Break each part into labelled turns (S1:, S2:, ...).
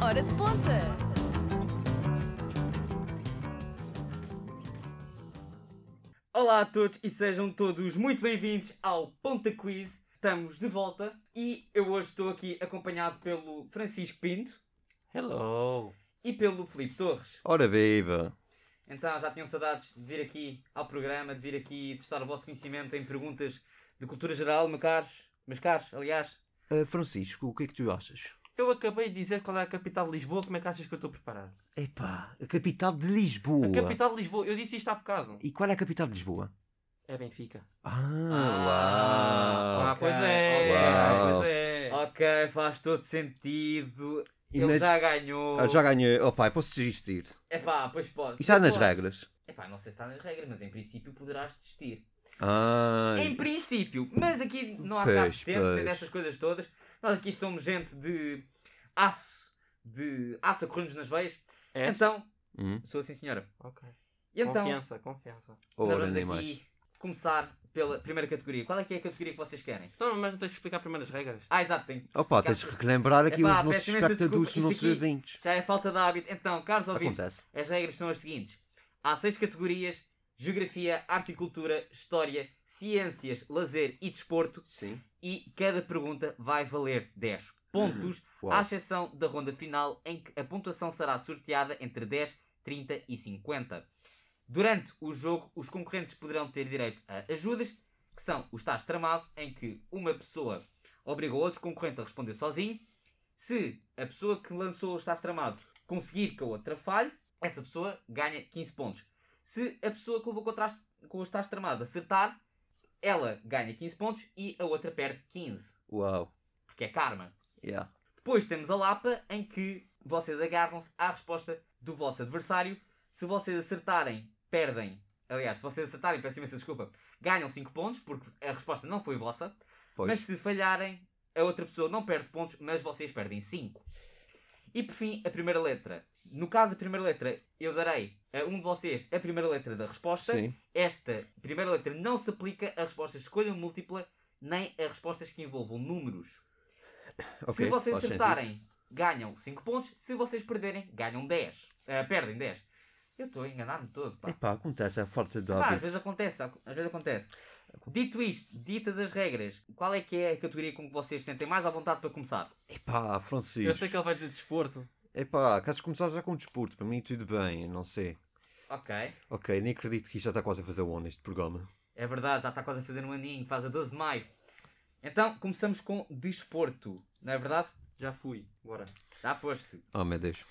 S1: Hora de Ponta.
S2: Olá a todos e sejam todos muito bem-vindos ao Ponta Quiz. Estamos de volta e eu hoje estou aqui acompanhado pelo Francisco Pinto
S3: Hello!
S4: Oh.
S2: e pelo Filipe Torres.
S3: Ora viva!
S2: Então já tinham saudades de vir aqui ao programa, de vir aqui testar o vosso conhecimento em perguntas de cultura geral, meus caros. Meus caros, aliás.
S4: Ah, Francisco, o que é que tu achas?
S3: Eu acabei de dizer qual é a capital de Lisboa, como é que achas que eu estou preparado?
S4: Epá, a capital de Lisboa.
S3: A capital de Lisboa, eu disse isto há bocado.
S4: E qual é a capital de Lisboa?
S3: É Benfica.
S4: Ah,
S3: Ah,
S4: lá.
S2: ok,
S3: pois é!
S2: ok.
S3: Ah,
S4: Uau.
S3: pois é!
S2: Ok, faz todo sentido. Ele
S4: Imag-
S2: já ganhou.
S4: Ah, já ganhei. Oh pai, posso desistir?
S2: Epá, pois pode.
S4: Isto está nas
S2: Podes.
S4: regras.
S2: Epá, não sei se está nas regras, mas em princípio poderás desistir.
S4: Ah,
S2: Em princípio, mas aqui não há casos
S4: Pois,
S2: tempos, nem
S4: pois.
S2: dessas coisas todas. Nós aqui somos gente de aço, de aço a correr-nos nas veias.
S3: É?
S2: Então,
S4: hum,
S2: sou assim, senhora.
S3: Ok.
S2: E então,
S3: Confiança, confiança.
S2: nós
S4: ora,
S2: vamos
S4: nem
S2: aqui
S4: mais.
S2: começar pela primeira categoria. Qual é que é a categoria que vocês querem?
S3: Então, mas não tens de explicar primeiro as regras?
S2: Ah, exato, tem.
S4: Opa, tens de relembrar aqui
S2: Epá,
S4: os nossos
S2: peço imensa desculpa,
S4: espectadores, os
S2: isto
S4: nossos
S2: aqui-
S4: ouvintes.
S2: Já é falta de hábito. Então, caros ouvintes,
S4: Acontece.
S2: as regras são as seguintes: há seis categorias: geografia, arte e cultura, história, ciências, lazer e desporto.
S4: Sim.
S2: e cada pergunta vai valer 10 pontos, à exceção da ronda final, em que a pontuação será sorteada entre 10, 30 e 50. Durante o jogo, os concorrentes poderão ter direito a ajudas, que são os tais tramado, em que uma pessoa obriga o outro concorrente a responder sozinho. Se a pessoa que lançou os tais tramado conseguir que a outra falhe, essa pessoa ganha 15 pontos. Se a pessoa que levou com o traste- com os tais tramado acertar, ela ganha 15 pontos e a outra perde 15,
S4: Uau.
S2: porque é karma.
S4: Yeah.
S2: Depois temos a Lapa, em que vocês agarram-se à resposta do vosso adversário. Se vocês acertarem, perdem. Aliás, se vocês acertarem, peço imensa desculpa, ganham 5 pontos, porque a resposta não foi vossa.
S4: Pois.
S2: Mas se falharem, a outra pessoa não perde pontos, mas vocês perdem 5. E por fim, a primeira letra. No caso da primeira letra, eu darei a um de vocês a primeira letra da resposta.
S4: Sim.
S2: Esta primeira letra não se aplica a respostas de escolha múltipla nem a respostas que envolvam números.
S4: Ok,
S2: se vocês
S4: faz
S2: acertarem, ganham 5 pontos. Se vocês perderem, ganham 10. Ah, perdem 10. Eu estou a enganar-me todo, pá.
S4: Epá, acontece a falta de
S2: Pá, às
S4: hábito.
S2: vezes acontece, ac- às vezes acontece. Dito isto, ditas as regras, qual é que é a categoria com que vocês se sentem mais à vontade para começar?
S4: Epá, Francisco.
S3: Eu sei que ele vai dizer desporto.
S4: Epá, caso começar já com desporto, para mim tudo bem, eu não sei.
S2: Ok.
S4: Ok, nem acredito que isto já está quase a fazer o ano este programa.
S2: É verdade, já está quase a fazer um aninho, faz a 12 de maio. Então, começamos com desporto, não é verdade?
S3: Já fui. Bora.
S2: Já foste.
S4: Oh meu Deus.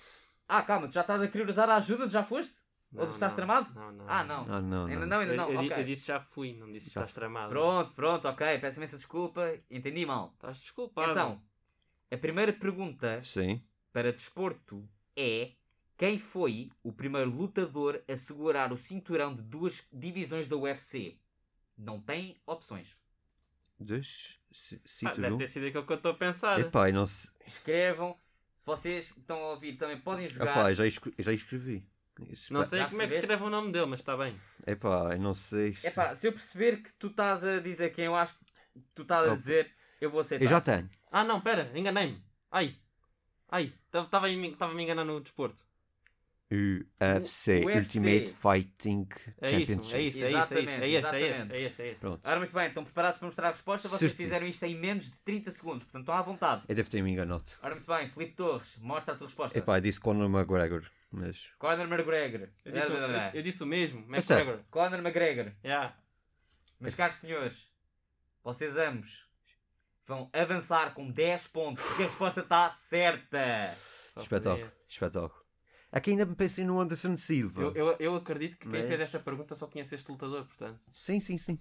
S2: Ah, calma, tu já estás a querer usar a ajuda, tu já foste? Ou tu estás tramado?
S3: Não, não.
S2: Ah, não.
S4: Ah não,
S2: Ainda
S4: não.
S2: não, ainda
S3: Eu,
S2: não.
S3: eu di-
S2: ok.
S3: eu disse já fui, não disse
S4: Já
S3: estás tramado.
S2: Pronto, pronto, ok. Peço imensa desculpa. Entendi mal.
S3: Estás desculpado.
S2: Então, a primeira pergunta
S4: Sim.
S2: para desporto é quem foi o primeiro lutador a segurar o cinturão de duas divisões da UFC? Não tem opções.
S4: Dois. um. ci-
S3: Ah, deve
S4: Cinturão.
S3: ter sido aquilo que eu estou a pensar.
S4: Epá, eu não sei.
S2: Escrevam. Se vocês estão a ouvir também podem jogar.
S4: Epá, eu já, escre- eu já escrevi. Isso,
S3: Não
S4: pá,
S3: sei
S2: Já
S3: como é que
S2: escreveste?
S3: escreve o nome dele, mas está bem.
S4: Epá, eu não sei. se-
S2: Epá, se eu perceber que tu estás a dizer quem eu acho que tu estás a
S4: Opa.
S2: dizer, eu vou aceitar.
S4: eu já tenho.
S3: Ah, não, pera, enganei-me. Ai, ai, estava a me enganar no desporto.
S4: UFC,
S2: UFC.
S4: Ultimate Fighting
S3: É isso,
S4: Championship.
S3: é isso, é isso, é isso. É este, é este,
S2: Exatamente,
S3: é este, é este.
S4: Pronto.
S2: Ora, muito bem, estão preparados para mostrar a resposta? Vocês
S4: Certo.
S2: fizeram isto em menos de 30 segundos, portanto estão à vontade.
S4: Eu devo ter me enganado.
S2: Ora, muito bem, Filipe Torres, mostra a tua resposta.
S4: Epá, eu disse Conor McGregor, mas.
S2: Conor McGregor.
S3: Eu disse,
S2: Blá, blá, blá.
S3: eu, eu disse o mesmo,
S4: sério?
S3: McGregor.
S2: Conor McGregor.
S3: Yeah.
S2: Mas caros senhores, vocês ambos vão avançar com 10 pontos, porque a resposta está certa.
S3: Só
S4: Espetáculo,
S3: podia.
S4: espetáculo. Aqui ainda me pensei no Anderson Silva.
S3: Eu, eu, eu acredito que quem
S4: Mas-
S3: fez esta pergunta só conhece este lutador, portanto.
S4: Sim, sim, sim.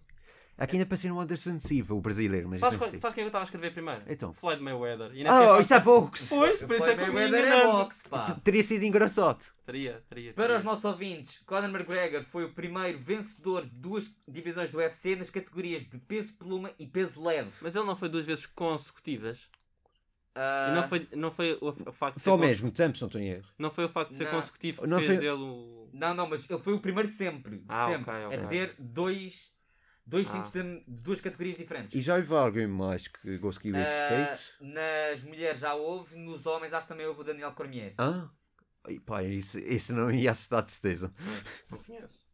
S4: Aqui ainda pensei no Anderson Silva, o brasileiro, mas.
S3: Sabes,
S4: eu
S3: qual-
S4: pensei.
S3: sabes quem é eu estava a escrever primeiro?
S4: Então.
S3: Floyd Mayweather. E nem sequer
S4: Oh,
S3: faz-
S4: isso é box!
S3: Pois, por isso é que eu
S2: Floyd
S3: me
S2: Mayweather é
S3: enganando.
S2: boxe, pá.
S4: Teria sido engraçado.
S3: Teria, teria.
S2: Para
S3: teria.
S2: os nossos ouvintes, Conor McGregor foi o primeiro vencedor de duas divisões do UFC nas categorias de peso pluma e peso leve.
S3: Mas ele não foi duas vezes consecutivas.
S2: Ah,
S3: E não foi, não foi o, o facto de ser
S4: Foi ao
S3: conse-
S4: mesmo tempo, se não estou em erro.
S3: Não foi o facto de ser
S2: Não.
S3: consecutivo que
S4: Não
S3: fez
S4: foi-
S3: dele o.
S2: Não, não, mas ele foi o primeiro sempre.
S3: Ah,
S2: sempre.
S3: ok, ok.
S2: A ter dois Dois
S3: Ah.
S2: cintos de, de duas categorias diferentes.
S4: E já houve alguém mais que conseguiu esse
S2: Ah,
S4: feito?
S2: nas mulheres já houve, nos homens acho que também houve o Daniel Cormier.
S4: Hã? Ai, pá, isso, isso não ia acertar de certeza.
S3: Não conheço.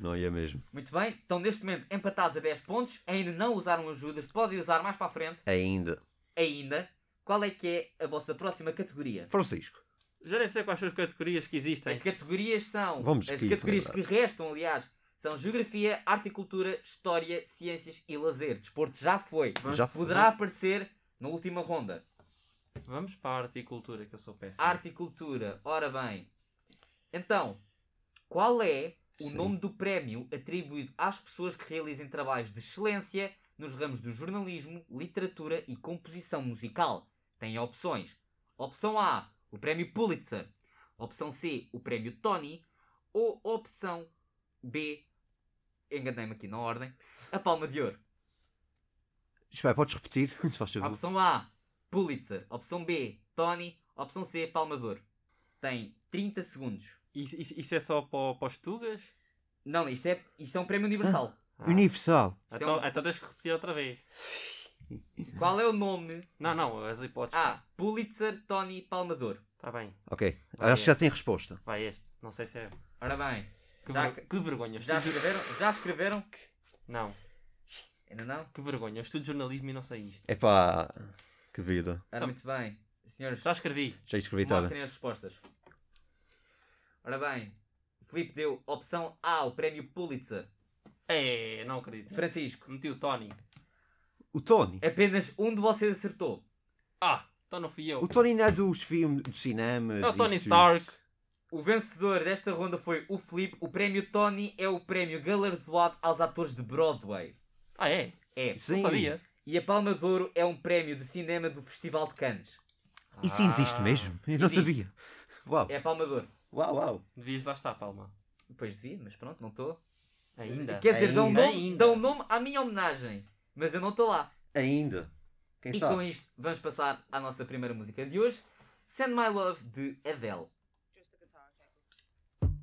S4: Não ia mesmo.
S2: Muito bem, estão neste momento empatados a 10 pontos, ainda não usaram ajudas, podem usar mais para a frente,
S4: Ainda.
S2: ainda. Qual é que é a vossa próxima categoria?
S4: Francisco.
S3: Já nem sei quais são as categorias que existem.
S2: As categorias são.
S4: Vamos
S2: as
S4: aqui,
S2: categorias que
S4: verdade.
S2: restam, aliás, são Geografia, Arte e Cultura, História, Ciências e Lazer. Desporto já foi.
S3: Vamos-
S4: Já foi.
S2: Poderá aparecer na última ronda.
S3: Vamos para a arte e cultura, que eu sou péssimo.
S2: Arte e Cultura, ora bem. Então, qual é o
S4: Sim.
S2: nome do prémio atribuído às pessoas que realizem trabalhos de excelência nos ramos do jornalismo, literatura e composição musical? Tem opções. Opção A, o prémio Pulitzer. Opção C, o prémio Tony. Ou opção B, enganei-me aqui na ordem, a Palma de Ouro.
S4: Espera, podes repetir? Se faz favor.
S2: Opção A, Pulitzer. Opção B, Tony. Opção C, Palma de Ouro. Tem 30 segundos.
S3: Isso, isso- isso é só para, para os tugas?
S2: Não, isto é, isto é um prémio universal. é um-
S4: Universal.
S3: Então, então tens que repetir outra vez.
S2: Qual é o nome?
S3: Não, não, as hipóteses.
S2: A. Pulitzer Tony Palmador.
S3: Está bem,
S4: Ok.
S3: Vai,
S4: Acho que já tem resposta.
S3: vai este. Não sei se é.
S2: Ora bem,
S3: Que,
S2: Já
S3: ver-
S2: que-
S3: que vergonha.
S2: já
S3: Estudo-
S2: escreveram? Já escreveram?
S3: Não,
S2: Ainda não?
S3: que vergonha. Eu estudo jornalismo e não sei isto.
S4: Epá, que vida.
S2: Ora,
S3: Tá.
S2: Ah, muito bem. Senhores,
S3: Já escrevi.
S4: Já escrevi, tá bem.
S2: mostrem as respostas. Ora bem, o Filipe deu opção A, o prémio Pulitzer.
S3: É, não acredito.
S2: Francisco,
S3: Meti o Tony.
S4: O Tony.
S2: apenas um de vocês acertou.
S3: Ah, então não fui eu.
S4: O Tony não é dos filmes, dos cinemas.
S3: É o Tony
S4: isto-
S3: Stark.
S2: O vencedor desta ronda foi o Filipe. O prémio Tony é o prémio galardoado aos atores de Broadway.
S3: Ah, é?
S2: É.
S4: Sim.
S3: Não sabia.
S2: E a Palma de Ouro é um prémio de cinema do Festival de Cannes.
S4: Isso existe
S3: Ah,
S4: mesmo? Eu não
S2: Existe.
S4: sabia. Uau.
S2: É a Palma de Ouro.
S4: Uau, uau.
S3: Devias lá estar, Palma.
S2: Pois devia, mas pronto, não estou.
S3: Ainda.
S2: Quer dizer, dão um
S4: Ainda,
S2: nome,
S3: ainda.
S2: dão nome à minha homenagem, mas eu não estou lá.
S4: Ainda. Quem
S2: E
S4: sabe?
S2: com isto, vamos passar à nossa primeira música de hoje: Send My Love de Adele.
S5: Just the guitar, okay.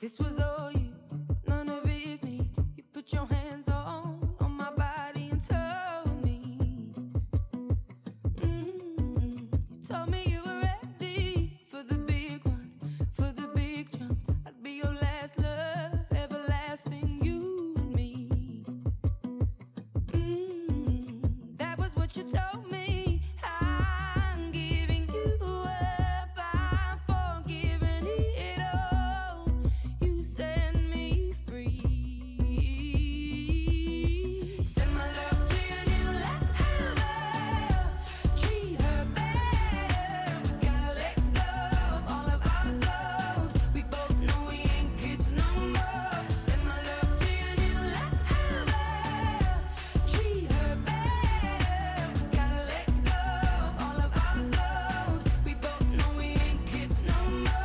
S6: This was all you, none of it me. You put your hands on on my body and told me. Mm, you told me you were ready for the big one, for the big jump. I'd be your last love, everlasting you and me. Mm, that was what you told me. I'm giving you up. I'm forgiving it all. You set me free. Send my love to your new lover. Treat her better. We gotta let go of all of our goals. We both know we ain't kids no more. Send my love to your new lover. Treat her better. We gotta let go of all of our goals. We both know we ain't kids no more.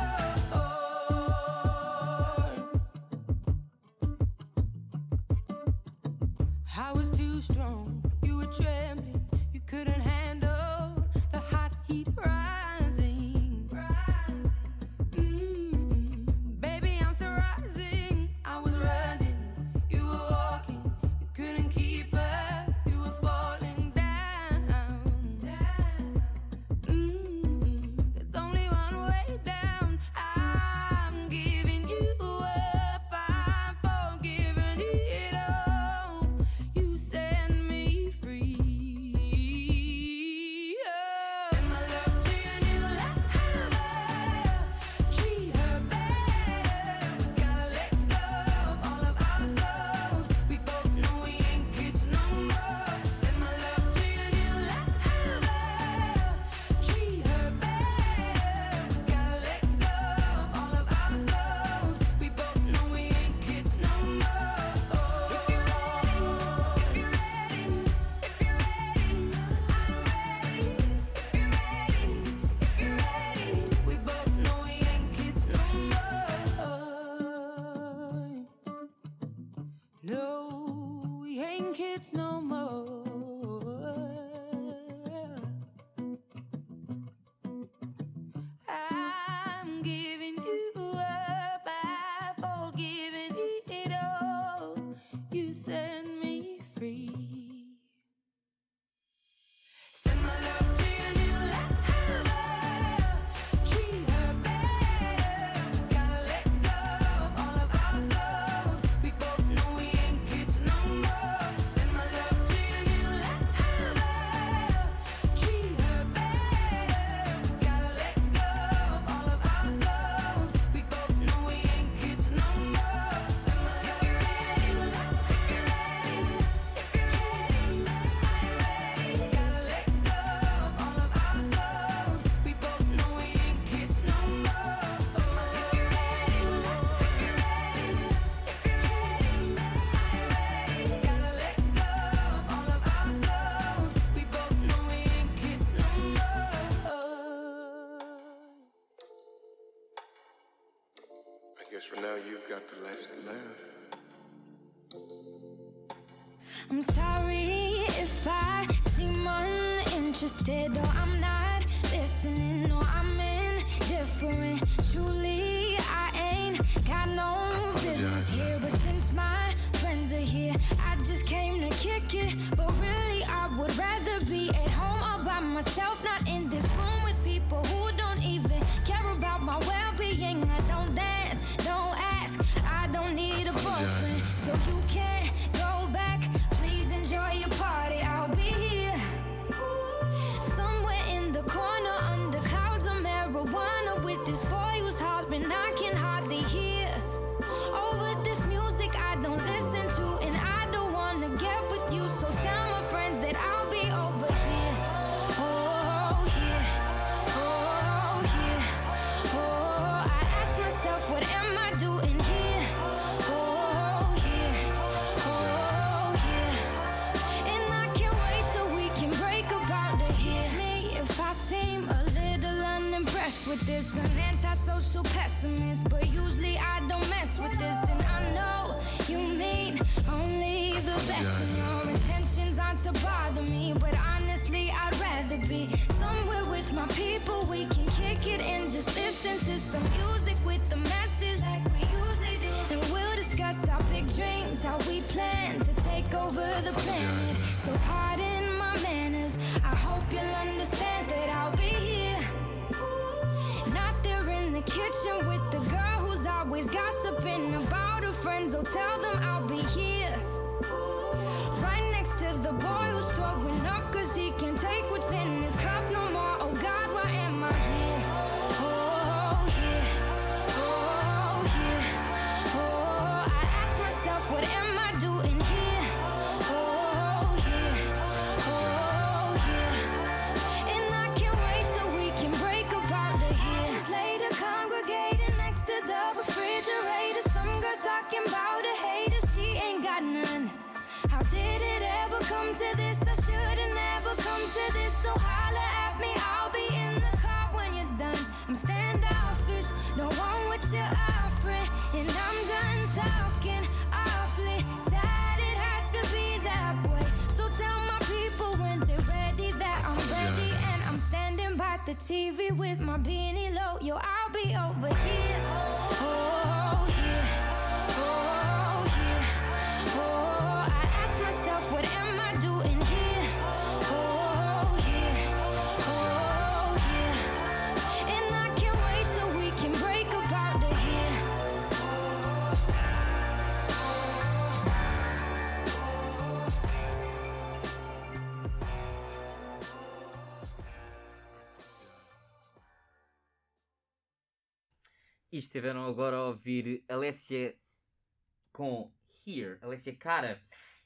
S6: I was too strong, you were trembling, you couldn't handle the hot heat rising. Mm, baby, I'm so rising. I was running, you were walking, you couldn't keep up, you were falling down. Mm-hmm. Mm, There's only one way down. I'm giving you up. I'm forgiving it all. You set me free. Send my love to your new lover. Treat her better. We gotta let go of all of our goals. We both know we ain't kids no more. Send my love to your new lover. Treat her better. We gotta let go of all of our goals. We both know we ain't kids no more. If you're ready, if you're ready, if you're ready, I'm ready. If you're ready, if you're ready, we both know we ain't kids no more. No, we ain't kids no more.
S1: Cause now you've got the last laugh.
S7: I'm sorry if I seem uninterested or I'm not listening or I'm indifferent. Truly, I ain't got no business
S1: apologize for that.
S7: here. But since my friends are here, I just came to kick it. But really, I would rather be at home all by myself, not in this room with people who don't even care about my well being. I don't dance, don't ask, I don't need a
S1: Apologize for
S7: boyfriend.
S1: that.
S7: So you can go back. Please enjoy your party. I'll be here. Somewhere in the corner under clouds of marijuana with this boy who's hollering. I can hardly hear. Over this music I don't listen to, and I don't wanna get with you. So tell my friends that I'll be over here. Oh, here. Oh, here. Oh, I ask myself, what am I doing here? Oh, here. Oh, here. And I can't wait till we can break about the here. Me, if I seem a little unimpressed with this, an antisocial pessimist, but usually I don't mess with this, and I know you mean only the best. And your intentions aren't to bother me, but honestly, I'd rather be somewhere with my people. We can kick it and just listen to some music with the message like we usually do. And we'll discuss our big dreams, how we plan to take over the planet. So pardon my manners. I hope you'll understand that I'll be here. Not there in the kitchen with the girl who's always gossiping about her friends. Oh, tell them I'll be here. Right next to the boy who's throwing up cause he can't take what's in his cup no more. Oh God, why am I here? Oh, here. Oh, here. Oh, I ask myself, what am I doing here? Oh, here. Oh, here. And I can't wait till we can break about the here. Later, congregating next to the refrigerator. Some girl talking about a hater, she ain't got none. How did it ever come to this? I should've never come to this. So holla at me, I'll be in the car when you're done. I'm standoffish, no one what you're offering, and I'm done talking. Awfully sad it had to be that way. So tell my people when they're ready that I'm ready, and I'm standing by the TV with my beanie low. Yo, I'll be over here. Oh, here. Oh, here. Oh, I ask myself, what am I doing here? Oh, here. Oh, here. And I can't wait till we can break about the here.
S2: E estiveram agora a ouvir Alessia com Here, Alessia Cara.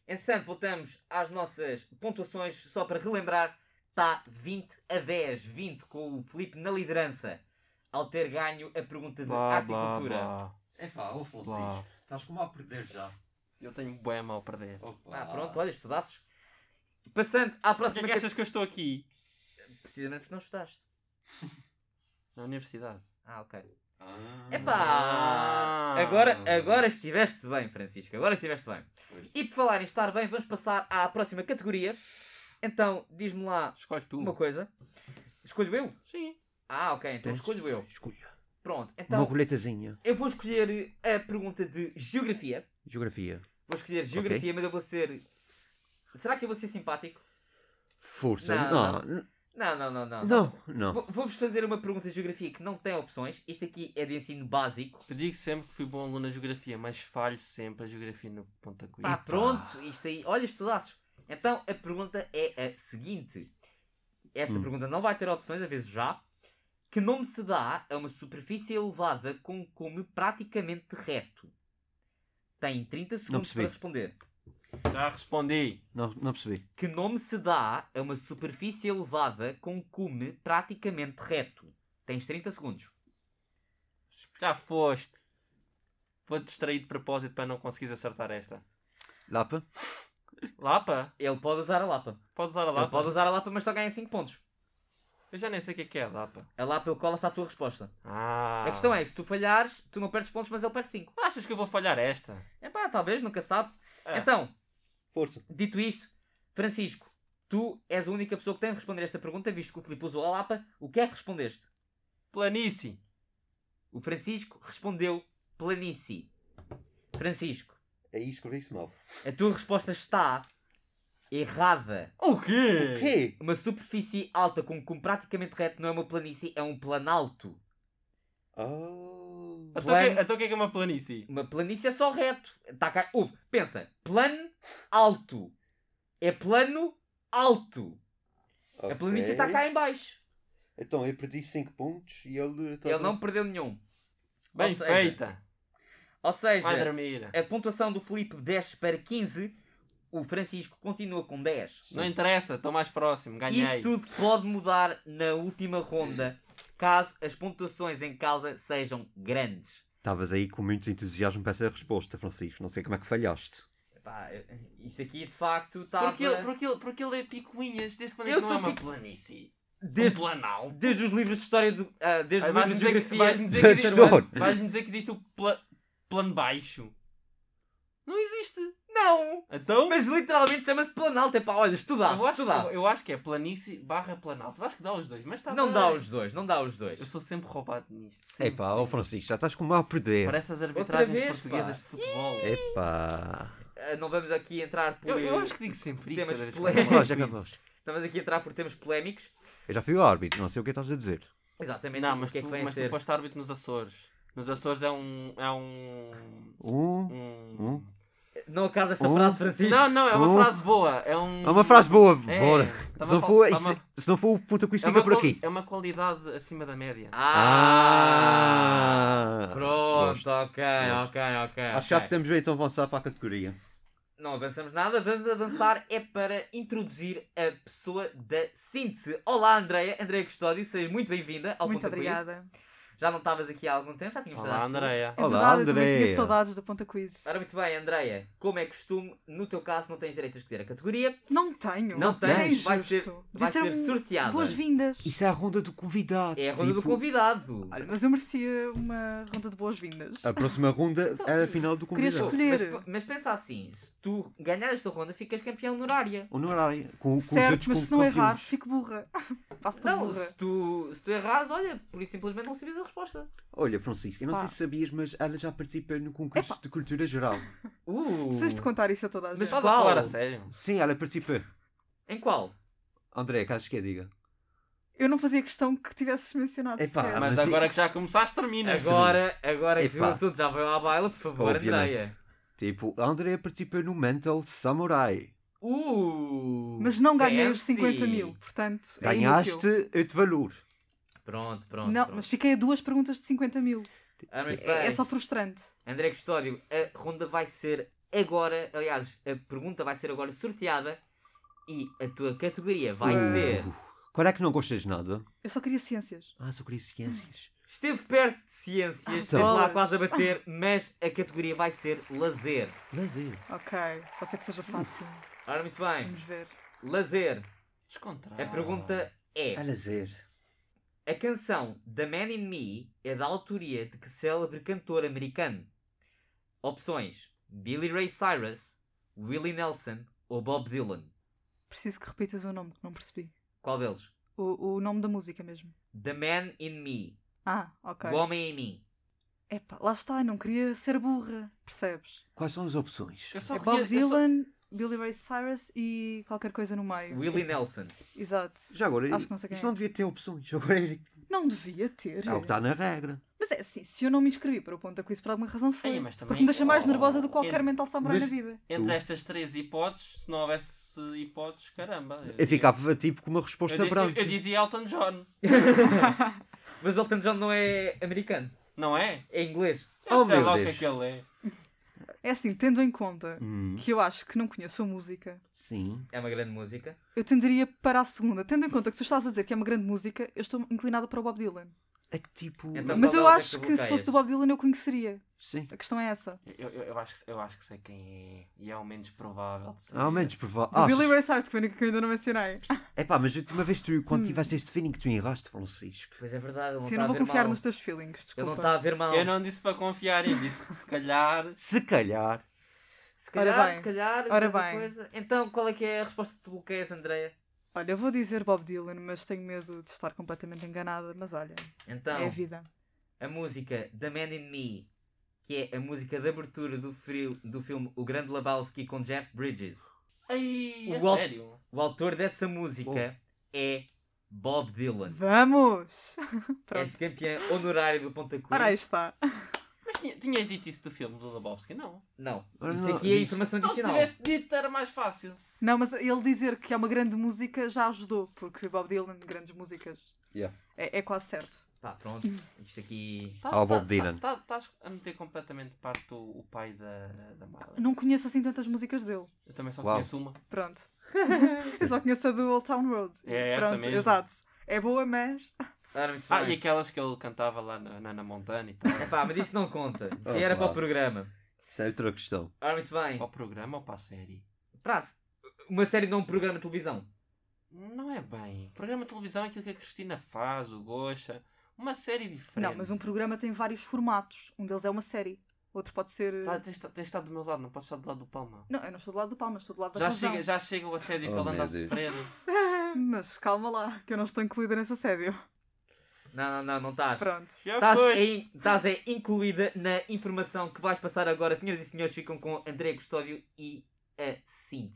S2: Entretanto, voltamos às nossas pontuações, só para relembrar, está 20 a 10, 20 com o Felipe na liderança, ao ter ganho a pergunta de
S3: Blá,
S2: arte
S3: blá,
S2: e cultura.
S3: blá,
S8: É pá, ô Fonsis,
S3: blá.
S8: estás como a perder já.
S3: Eu tenho bué mal para perder.
S8: Opa.
S2: Ah, pronto, olha, estudasses. Passando à
S3: Porquê
S2: próxima
S3: é que
S2: cate-
S3: achas que eu estou aqui?
S2: Precisamente porque não estudaste.
S3: Na universidade.
S2: Ah, ok.
S8: Ah.
S2: Epá! Agora, agora estiveste bem, Francisco. Agora estiveste bem.
S8: Pois.
S2: E por falar em estar bem, vamos passar à próxima categoria. Então, diz-me lá
S3: Escolhe tu.
S2: uma coisa. Escolho eu?
S3: Sim.
S2: Ah, ok, então
S4: Tens?
S2: escolho eu.
S4: Escolha.
S2: Pronto, então
S4: Uma coletazinha.
S2: eu vou escolher a pergunta de geografia.
S4: Geografia.
S2: Vou escolher geografia, mas eu vou ser. Será que eu vou ser simpático?
S4: Força.
S2: Não,
S4: Não, n-
S2: Não, não, não, não.
S4: não, não.
S2: Vou- Vou-vos fazer uma pergunta de geografia que não tem opções. Isto aqui é de ensino básico.
S3: Eu digo sempre que fui bom aluno na geografia, mas falho sempre a geografia no ponta coisa.
S2: Pá, pronto, isto aí. Olha, estudaços. Então a pergunta é a seguinte: Esta
S4: Hum.
S2: pergunta não vai ter opções, às vezes já. Que nome se dá a uma superfície elevada com um cume praticamente reto? Tem 30 segundos para
S4: percebi.
S2: responder.
S3: Já respondi.
S4: Não, não percebi.
S2: Que nome se dá a uma superfície elevada com um cume praticamente reto? Tens 30 segundos.
S3: Já foste. Vou distrair de propósito para não conseguires acertar esta.
S4: Lapa?
S3: Lapa?
S2: Ele pode usar a Lapa.
S3: Pode usar a
S2: Ele
S3: Lapa?
S2: pode usar a Lapa, mas só ganha 5 pontos.
S3: Eu já nem sei o que é que é a Lapa.
S2: É lá pelo cola-se à tua resposta.
S3: Ah.
S2: A questão é que se tu falhares, tu não perdes pontos, mas ele perde 5.
S3: Achas que eu vou falhar esta?
S2: É pá, talvez, nunca sabe.
S3: É.
S2: Então,
S3: Força.
S2: Dito isto, Francisco, tu és a única pessoa que tem de responder esta pergunta, visto que o Filipe usou a Lapa. O que é que respondeste?
S3: Planície.
S2: O Francisco respondeu planície. Francisco,
S9: Aí escrevi isso mal.
S2: a tua resposta está errada.
S3: O quê?
S9: O quê?
S2: Uma superfície alta com um cume praticamente reto não é uma planície, é um planalto.
S9: Oh.
S3: Então o
S2: Plan-
S3: que- então o que é que é uma planície?
S2: Uma planície é só reto. Tá cá. Ouve, pensa, plano alto. É plano alto. A planície está cá em baixo.
S9: Então eu perdi 5 pontos e ele. tá-
S2: Ele não perdeu nenhum.
S3: Bem
S2: Ou seja,
S3: feita.
S2: Ou seja,
S3: Vai dormir.
S2: A pontuação do Felipe desce para 15. O Francisco continua com 10.
S3: Não interessa, estou mais próximo. Ganhei.
S2: Isto tudo pode mudar na última ronda, caso as pontuações em causa sejam grandes.
S4: Estavas aí com muito entusiasmo para essa resposta, Francisco. Não sei como é que falhaste.
S2: Pá, eu- isto aqui de facto está.
S3: Porque ele, porque, ele, porque ele é picuinhas desde quando
S2: Eu
S3: é que não é
S2: sou
S3: uma
S2: pic-
S3: planície?
S2: Desde,
S3: Um planalto.
S2: desde os livros de história, do, ah, desde
S3: Ai,
S2: os livros de
S3: Vais-me dizer, que-
S2: geografia.
S3: vais-me dizer, que
S4: Mas
S3: existe uma-
S4: estou.
S3: vais-me dizer que existe o pla- plano baixo. Não existe.
S2: Não!
S3: Então,
S2: Mas literalmente chama-se Planalto. É pá, olha, estudado,
S3: eu, acho,
S2: estudado.
S3: eu, eu acho que é planície barra planalto. Eu acho que dá os dois, mas está
S2: Não dá os dois, não dá os dois.
S3: Eu sou sempre roubado nisto. Sempre,
S4: Epá, ó
S3: sempre.
S4: Francisco, já estás com mal a perder.
S3: Parece as arbitragens
S2: vez,
S3: portuguesas
S2: pá.
S3: de futebol.
S4: Epá.
S2: Ah, não vamos aqui entrar por.
S3: Eu, eu
S2: eh,
S3: acho que digo sempre isto
S2: temas
S3: cada vez que
S2: polémicos.
S3: falo disso.
S4: Acabamos, acabamos.
S2: Não vamos aqui entrar por temas polémicos.
S4: Eu já fui o árbitro, não sei o que estás a dizer.
S2: Exatamente.
S3: Não,
S2: o
S3: mas,
S2: que é
S3: tu,
S2: que vem a
S3: mas
S2: ser?
S3: tu foste árbitro nos Açores. Nos Açores é um. É um.
S4: Um.
S3: um...
S2: Hum. Não acaba essa
S4: Um.
S2: frase, Francisco.
S3: Não, não, é uma
S4: Um.
S3: frase boa. É um.
S4: É uma frase boa,
S3: É,
S4: bora.
S3: tá
S4: Se
S3: uma
S4: não,
S3: qual-
S4: for,
S3: tá
S4: se-
S3: uma-
S4: se não for o puta que isto
S3: é
S4: fica
S3: uma
S4: por
S3: quali-
S4: aqui.
S3: É uma qualidade acima da média.
S2: Ah! Pronto,
S4: Gosto.
S2: ok,
S4: Gosto.
S2: ok, ok.
S4: Acho que já
S2: ok.
S4: podemos ver então avançar para a categoria.
S2: Não avançamos nada, vamos avançar é para introduzir a pessoa da síntese. Olá, Andreia, Andreia Custódio, seja muito bem-vinda ao
S10: Muito
S2: Ponta Quiz.
S10: obrigada.
S2: Já não estavas aqui há algum tempo, já tínhamos
S3: Olá,
S2: saudades tuas.
S3: Andréia.
S10: É
S4: Olá,
S10: verdade, eu também
S4: Andréia.
S10: tinha saudades da Ponta Quiz.
S2: Ora, muito bem, Andreia, como é costume, no teu caso não tens direito a escolher a categoria,
S10: Não tenho.
S2: Não
S10: Isso é
S2: tens. Vai ser-
S10: injusto.
S2: vai
S10: Disseram-me
S2: ser sorteada.
S10: é um Boas-vindas.
S4: Isso é a ronda do convidado. tipo,
S2: É a ronda do convidado.
S10: Olha, mas eu merecia uma ronda de boas-vindas.
S4: A próxima ronda
S2: Então,
S4: era a final do
S10: queria
S4: convidado.
S10: escolher- escolher.
S2: Mas, mas pensa assim, se tu ganhares esta ronda, ficas campeão honorária.
S4: O honorário, com, com os
S10: certo,
S4: outros
S10: mas
S4: com-
S10: se não
S4: campeões.
S10: errar, fico burra. Passo para
S2: Não,
S10: burra.
S2: se tu, se tu errares, olha, por isso simplesmente não sabias a resposta.
S4: Olha, Francisco, eu não
S10: Pá.
S4: sei se sabias, mas ela já participa no concurso de cultura geral.
S2: Uh!
S10: Precisas de contar isso a toda a
S2: Mas
S10: gente.
S2: qual-
S3: Estás a falar a sério?
S4: Sim, ela participa.
S2: Em qual?
S4: André, caso que é, diga.
S10: Eu não fazia questão que tivesses mencionado
S4: Epá,
S10: sequer.
S3: Mas
S4: Ah, mas
S3: agora que já começaste, terminas.
S2: Agora, agora que o
S4: Epá.
S2: assunto já veio à baila, por favor,
S4: Obviamente.
S2: Andreia.
S4: Tipo, a André participa no Mental Samurai.
S2: Uh!
S10: Mas não ganhei os
S2: fancy.
S10: 50 mil, portanto. é inútil.
S4: Ganhaste este valor.
S2: Pronto, pronto.
S10: Não,
S2: pronto.
S10: mas fiquei a duas perguntas de 50 mil.
S2: Ah, muito
S10: É,
S2: bem.
S10: é só frustrante.
S2: André Custódio, a ronda vai ser agora. Aliás, a pergunta vai ser agora sorteada e a tua categoria vai
S10: Uh.
S2: ser.
S4: Qual é que não gostas de nada?
S10: Eu só queria ciências.
S4: Ah, só queria ciências.
S2: Esteve perto de ciências,
S10: Ah,
S2: esteve lá
S4: tá.
S10: bolas.
S2: quase a bater, mas a categoria vai ser lazer.
S4: Lazer.
S10: Ok, pode ser que seja fácil.
S2: Ora, muito bem.
S10: Vamos ver.
S2: Lazer.
S3: Descontrada.
S2: A pergunta é:
S4: É lazer.
S2: A canção The Man in Me é da autoria de que célebre cantor americano? Opções: Billy Ray Cyrus, Willie Nelson ou Bob Dylan?
S10: Preciso que repitas o nome, que não percebi.
S2: Qual deles?
S10: O, o nome da música mesmo.
S2: The Man in Me.
S10: Ah, ok.
S2: O Homem em Mim.
S10: Epá, lá está, eu não queria ser burra, percebes?
S4: Quais são as opções?
S3: Eu só
S10: é Bob
S3: queria- eu só-
S10: Dylan, Billy Ray Cyrus e qualquer coisa no meio. Tipo,
S2: Willie Nelson.
S10: Exato.
S4: Já agora,
S10: Acho que não sei quem
S4: isto não
S10: é.
S4: devia ter opções. Agora é,
S10: Não devia ter.
S4: é o que está na regra.
S10: Mas é assim, se eu não me inscrevi para o Ponta Quiz por alguma razão foi.
S3: Ei, mas também-
S10: Porque me deixa mais
S3: Oh.
S10: nervosa do que qualquer
S3: Ent-
S10: mental samurai
S4: Mas-
S10: na vida.
S3: Entre estas três hipóteses, se não houvesse hipóteses, caramba.
S4: Eu ficava tipo com uma resposta
S3: eu, eu,
S4: branca.
S3: eu dizia Elton John,
S2: Mas Elton John não é americano.
S3: não é?
S2: É inglês.
S3: Eu
S4: Oh,
S3: sei
S4: meu
S3: lá o que é
S4: Deus.
S3: que ele é.
S10: É assim, tendo em conta
S4: Hum,
S10: que eu acho que não conheço a música,
S4: sim.
S2: É uma grande música.
S10: eu tenderia para a segunda. Tendo em conta que tu estás a dizer que é uma grande música, eu estou inclinada para o Bob Dylan.
S4: É que tipo.
S2: Então-
S10: Mas eu
S2: delas é
S10: acho
S2: que
S10: que se
S2: bloqueias.
S10: fosse do Bob Dylan eu conheceria.
S4: Sim.
S10: A questão é essa.
S3: Eu, eu, eu acho, que- eu acho que sei quem é. E é o menos provável de ser.
S4: Há menos provável.
S10: Do Billy
S4: Ah,
S10: Ray Cyrus, que foi a única que eu ainda não mencionei.
S4: epá, mas a última vez tu,
S10: Hum.
S4: quando tiveste este feeling, tu erraste, Francisco.
S2: Pois é verdade, ele não
S10: Sim, eu
S2: está
S10: não
S2: a
S10: vou
S2: ver
S10: confiar
S2: mal.
S10: nos teus feelings,
S2: Ele
S10: desculpa.
S2: não está a ver mal.
S3: Eu não disse para confiar, eu disse que se calhar.
S4: Se calhar.
S2: Se
S10: Ora
S2: calhar,
S10: bem.
S2: se calhar,
S10: Ora
S2: tanta
S10: bem.
S2: coisa. Então, qual é que é a resposta que tu bloqueias, Andreia?
S10: Olha, eu vou dizer Bob Dylan, mas tenho medo de estar completamente enganada. Mas olha,
S2: Então,
S10: é a vida.
S2: a música The Man in Me, que é a música de abertura do, frio, do filme O Grande Lebowski com Jeff Bridges.
S3: Ai, é
S2: O Walt-
S3: sério?
S2: O autor dessa música é Bob Dylan. é-
S10: Vamos!
S2: És
S10: Pronto.
S3: é
S2: campeão honorário do Ponta Cruz.
S10: Ora, aí está.
S3: Mas tinha- tinhas dito isso do filme do Lebowski? Não.
S2: Não,
S4: Ora,
S2: isso
S4: não,
S2: aqui é
S4: diz.
S2: informação
S3: Então se
S2: adicional.
S3: tivesse dito era mais fácil.
S10: Não, mas ele dizer que é uma grande música já ajudou, porque Bob Dylan, grandes músicas,
S9: Yeah.
S10: é, é quase certo.
S2: Pá, Ah, pronto. Isto aqui...
S3: Tá-
S4: Ao
S3: tá-
S4: Bob Dylan.
S3: tá- tá- Estás a meter completamente de parte o, o pai da, da Marley.
S10: Não conheço assim tantas músicas dele.
S3: Eu também só
S4: Uau.
S3: conheço uma.
S10: Pronto. eu só conheço a do Old Town Road.
S3: É essa
S10: Pronto,
S3: mesmo.
S10: exato. É boa, mas.
S2: Ora, muito
S3: Ah, e
S2: bem.
S3: aquelas que ele cantava lá na, na, na Montana e tal.
S2: Epá, mas isso não conta. Isso
S9: Oh,
S2: era para o
S9: claro.
S2: programa.
S4: Isso é outra questão.
S2: Ora, muito bem.
S3: Ao programa ou para a série?
S2: Prazo. Uma série não um programa de televisão.
S3: Não é bem. Programa de televisão é aquilo que a Cristina faz, o Gocha. Uma série diferente.
S10: Não, mas um programa tem vários formatos. Um deles é uma série. Outro pode ser.
S3: Tá, tens, de- tens de estar do meu lado, não podes estar do lado do Palma.
S10: Não, eu não estou do lado do Palmas, estou do lado da
S3: Já
S10: razão.
S3: chega, já chega é o assédio que
S9: Oh,
S3: ele anda
S9: meu
S3: a
S9: Deus.
S3: sofrer.
S10: Mas calma lá, que eu não estou incluída nesse assédio.
S2: Não, não, não, não estás.
S10: Pronto.
S3: Já
S2: Estás
S3: foste.
S2: é, estás é incluída na informação que vais passar agora. Senhoras e senhores, ficam com André Custódio e a Cindy.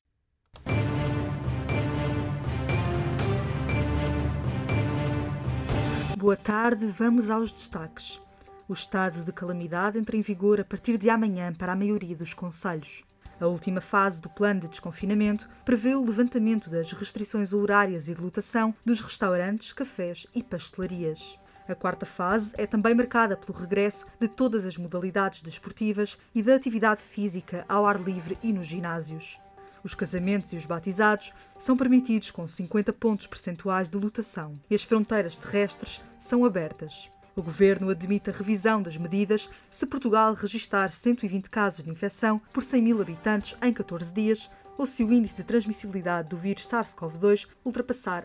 S11: Boa tarde, vamos aos destaques. O estado de calamidade entra em vigor a partir de amanhã para a maioria dos conselhos. A última fase do plano de desconfinamento prevê o levantamento das restrições horárias e de lotação dos restaurantes, cafés e pastelarias. A quarta fase é também marcada pelo regresso de todas as modalidades desportivas e da atividade física ao ar livre e nos ginásios. Os casamentos e os batizados são permitidos com 50 pontos percentuais de lotação e as fronteiras terrestres são abertas. O governo admite a revisão das medidas se Portugal registar 120 casos de infecção por 100 mil habitantes em 14 dias ou se o índice de transmissibilidade do vírus SARS-CoV-2 ultrapassar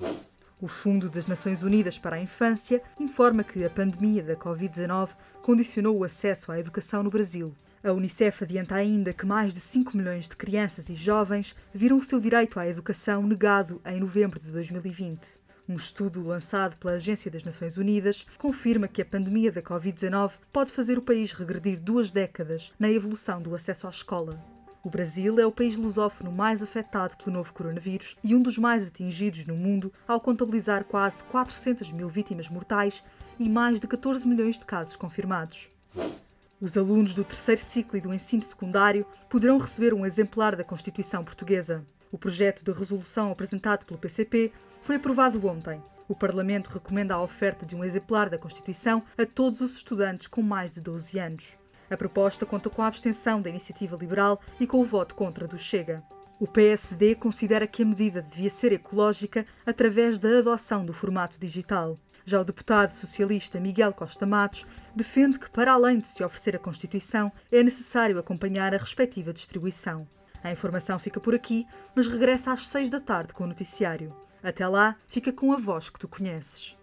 S11: 1. O Fundo das Nações Unidas para a Infância informa que a pandemia da Covid-19 condicionou o acesso à educação no Brasil. A Unicef adianta ainda que mais de 5 milhões de crianças e jovens viram o seu direito à educação negado em novembro de 2020. Um estudo lançado pela Agência das Nações Unidas confirma que a pandemia da Covid-19 pode fazer o país regredir duas décadas na evolução do acesso à escola. O Brasil é o país lusófono mais afetado pelo novo coronavírus e um dos mais atingidos no mundo, ao contabilizar quase 400 mil vítimas mortais e mais de 14 milhões de casos confirmados. Os alunos do terceiro ciclo e do ensino secundário poderão receber um exemplar da Constituição Portuguesa. O projeto de resolução apresentado pelo PCP foi aprovado ontem. O Parlamento recomenda a oferta de um exemplar da Constituição a todos os estudantes com mais de 12 anos. A proposta conta com a abstenção da Iniciativa Liberal e com o voto contra do Chega. O PSD considera que a medida devia ser ecológica através da adoção do formato digital. Já o deputado socialista Miguel Costa Matos defende que, para além de se oferecer a Constituição, é necessário acompanhar a respectiva distribuição. A informação fica por aqui, mas regressa às seis da tarde com o noticiário. Até lá, fica com a voz que tu conheces.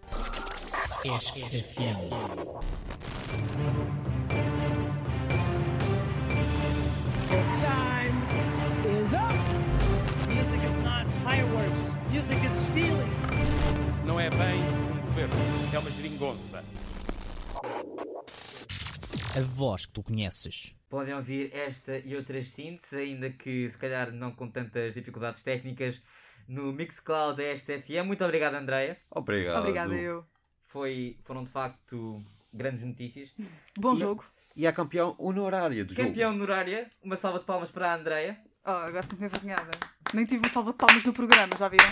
S12: Time is up. Music is not fireworks. Music is feeling. Não é bem um governo, é uma geringonça.
S13: A voz que tu conheces.
S2: Podem ouvir esta e outras síntese, ainda que se calhar não com tantas dificuldades técnicas, no Mixcloud da SFM. Muito obrigado, Andreia.
S4: Obrigado.
S10: Obrigada, eu.
S2: Foi, foram de facto grandes notícias.
S10: Bom
S4: E-
S10: jogo.
S4: E a campeão honorária do jogo.
S2: Campeão honorária, uma salva de palmas para a Andreia.
S10: Oh, agora sinto-me envergonhada. Nem tive uma salva de palmas no programa, já viram?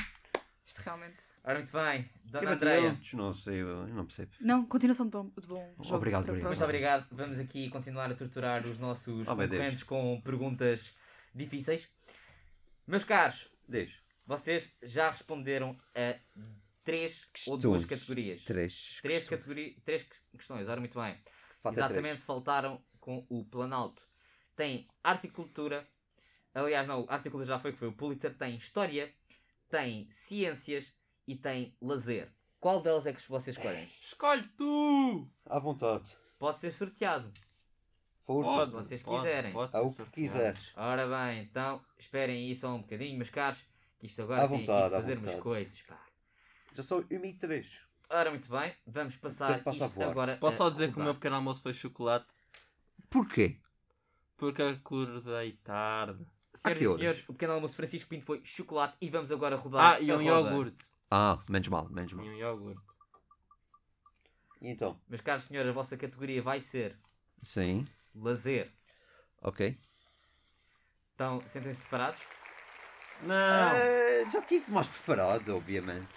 S10: Isto realmente.
S2: Ora, muito bem, Dona
S4: Eu
S2: Andreia.
S4: bateu, Não sei, eu não percebo.
S10: Não, continuação de bom, de bom
S4: Obrigado,
S10: jogo. Para a
S4: obrigado.
S2: Muito
S10: próxima.
S2: obrigado. Vamos aqui continuar a torturar os nossos
S4: Oh, meu Deus.
S2: concorrentes com perguntas difíceis. Meus caros,
S4: Deixa.
S2: vocês já responderam a três ou
S9: Questões.
S2: duas categorias.
S9: Três.
S2: Três, categori... três que- questões, ora muito bem.
S9: Falta
S2: Exatamente, faltaram com o Planalto. Tem Articultura, aliás, não, Articultura já foi que foi o Pulitzer, tem História, tem Ciências e tem Lazer. Qual delas é que vocês escolhem?
S3: Escolhe tu!
S9: À vontade.
S2: Pode ser sorteado,
S9: Força.
S2: se vocês quiserem.
S9: Há o que quiseres.
S2: Ora bem, então esperem aí só um bocadinho, meus caros, que isto agora
S9: À
S2: tem aqui
S9: vontade,
S2: de
S9: à
S2: fazer umas
S9: vontade.
S2: coisas. Pá.
S9: Já são 1 e 3.
S2: Ora, muito bem, vamos
S9: Tem
S2: passar
S9: que passar
S2: Tá, isto
S9: Então, a voar.
S2: agora. eh,
S3: Posso
S2: a
S3: só dizer que o
S2: rodar.
S3: meu pequeno almoço foi chocolate
S4: Porquê?
S3: porque acordei tarde.
S4: Há
S2: Senhoras
S4: que
S2: e
S4: horas?
S2: senhores, o pequeno almoço Francisco Pinto foi chocolate e vamos agora rodar.
S3: Ah, e
S2: a
S3: um
S2: roda.
S3: iogurte.
S4: Ah, menos mal, menos
S3: E
S4: mal.
S3: um iogurte.
S9: E então?
S2: Meus caros senhores, a vossa categoria vai ser
S4: Sim,
S2: lazer.
S4: ok.
S2: Então, sentem-se preparados?
S3: Não!
S9: Ah, já estive mais preparado, obviamente.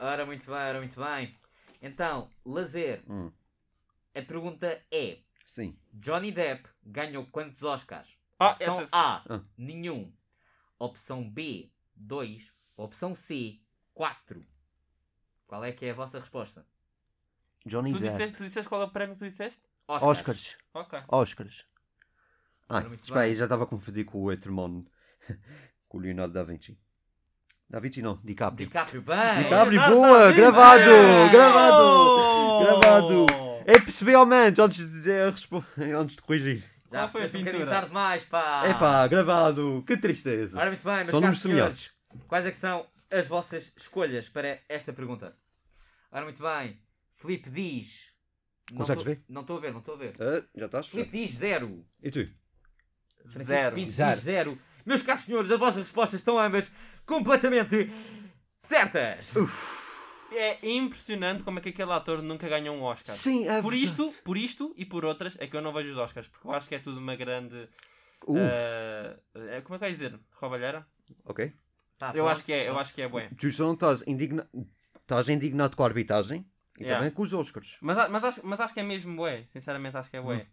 S2: Ora, muito bem, ora, muito bem. Então, lazer.
S4: Hum.
S2: A pergunta é:
S4: Sim.
S2: Johnny Depp ganhou quantos Oscars?
S3: Ah,
S2: Opção
S3: essa-
S2: A,
S4: Ah.
S2: nenhum. Opção B, dois. Opção C, quatro. Qual é que é a vossa resposta?
S4: Johnny
S3: Tu
S4: Depp.
S3: disseste, tu disseste qual é o prémio que tu disseste?
S2: Oscars.
S4: Oscars.
S3: Ok.
S4: Oscars. Ah,
S2: Ora, muito
S4: espera aí,
S2: bem.
S4: já estava a confundir com o outro mono. com o Leonardo da Vinci. Da Vinci não, DiCaprio.
S2: DiCaprio, bem.
S4: DiCaprio,
S3: Leonardo
S4: boa!
S3: da Vinci!
S4: Gravado!
S2: É.
S4: Gravado!
S3: Oh!
S4: Gravado! É perceber ao menos, antes de dizer a respo- antes de corrigir.
S2: Já
S3: Qual foi
S2: fizeste um
S3: a
S2: bocadinho
S3: pintura?
S2: tarde demais, pá.
S4: Epá, gravado! Que tristeza!
S2: Ah. Ora, muito bem, meus
S4: São
S2: caros
S4: números
S2: senhores.
S4: semelhantes.
S2: Quais é que são as vossas escolhas para esta pergunta? Ora, muito bem. Filipe diz... Não
S4: Consegues
S2: tô-
S4: ver? Eh,
S2: Não estou a ver, não estou a ver.
S9: Ah, já estás?
S2: Filipe diz zero.
S4: E tu?
S2: Francisco
S3: Zero.
S2: Pinto diz
S4: Zero.
S2: zero. Meus caros senhores, as vossas respostas estão ambas completamente certas.
S3: É impressionante como é que aquele ator nunca ganhou um Oscar.
S4: Sim, é
S3: Por
S4: verdade.
S3: isto, por isto e por outras é que eu não vejo os Oscars, porque eu acho que é tudo uma grande.
S4: Uh,
S3: eh, eh, como é que vai dizer? Roubalheira?
S4: ok.
S2: Tá,
S3: eu
S2: pronto.
S3: acho que é, eu acho que é bué.
S4: Tu só não estás indigna... estás indignado com a arbitragem e
S3: Yeah.
S4: também com os Oscars. Hum.
S3: Mas, a- mas, acho, mas acho que é mesmo bué, sinceramente acho que é bué.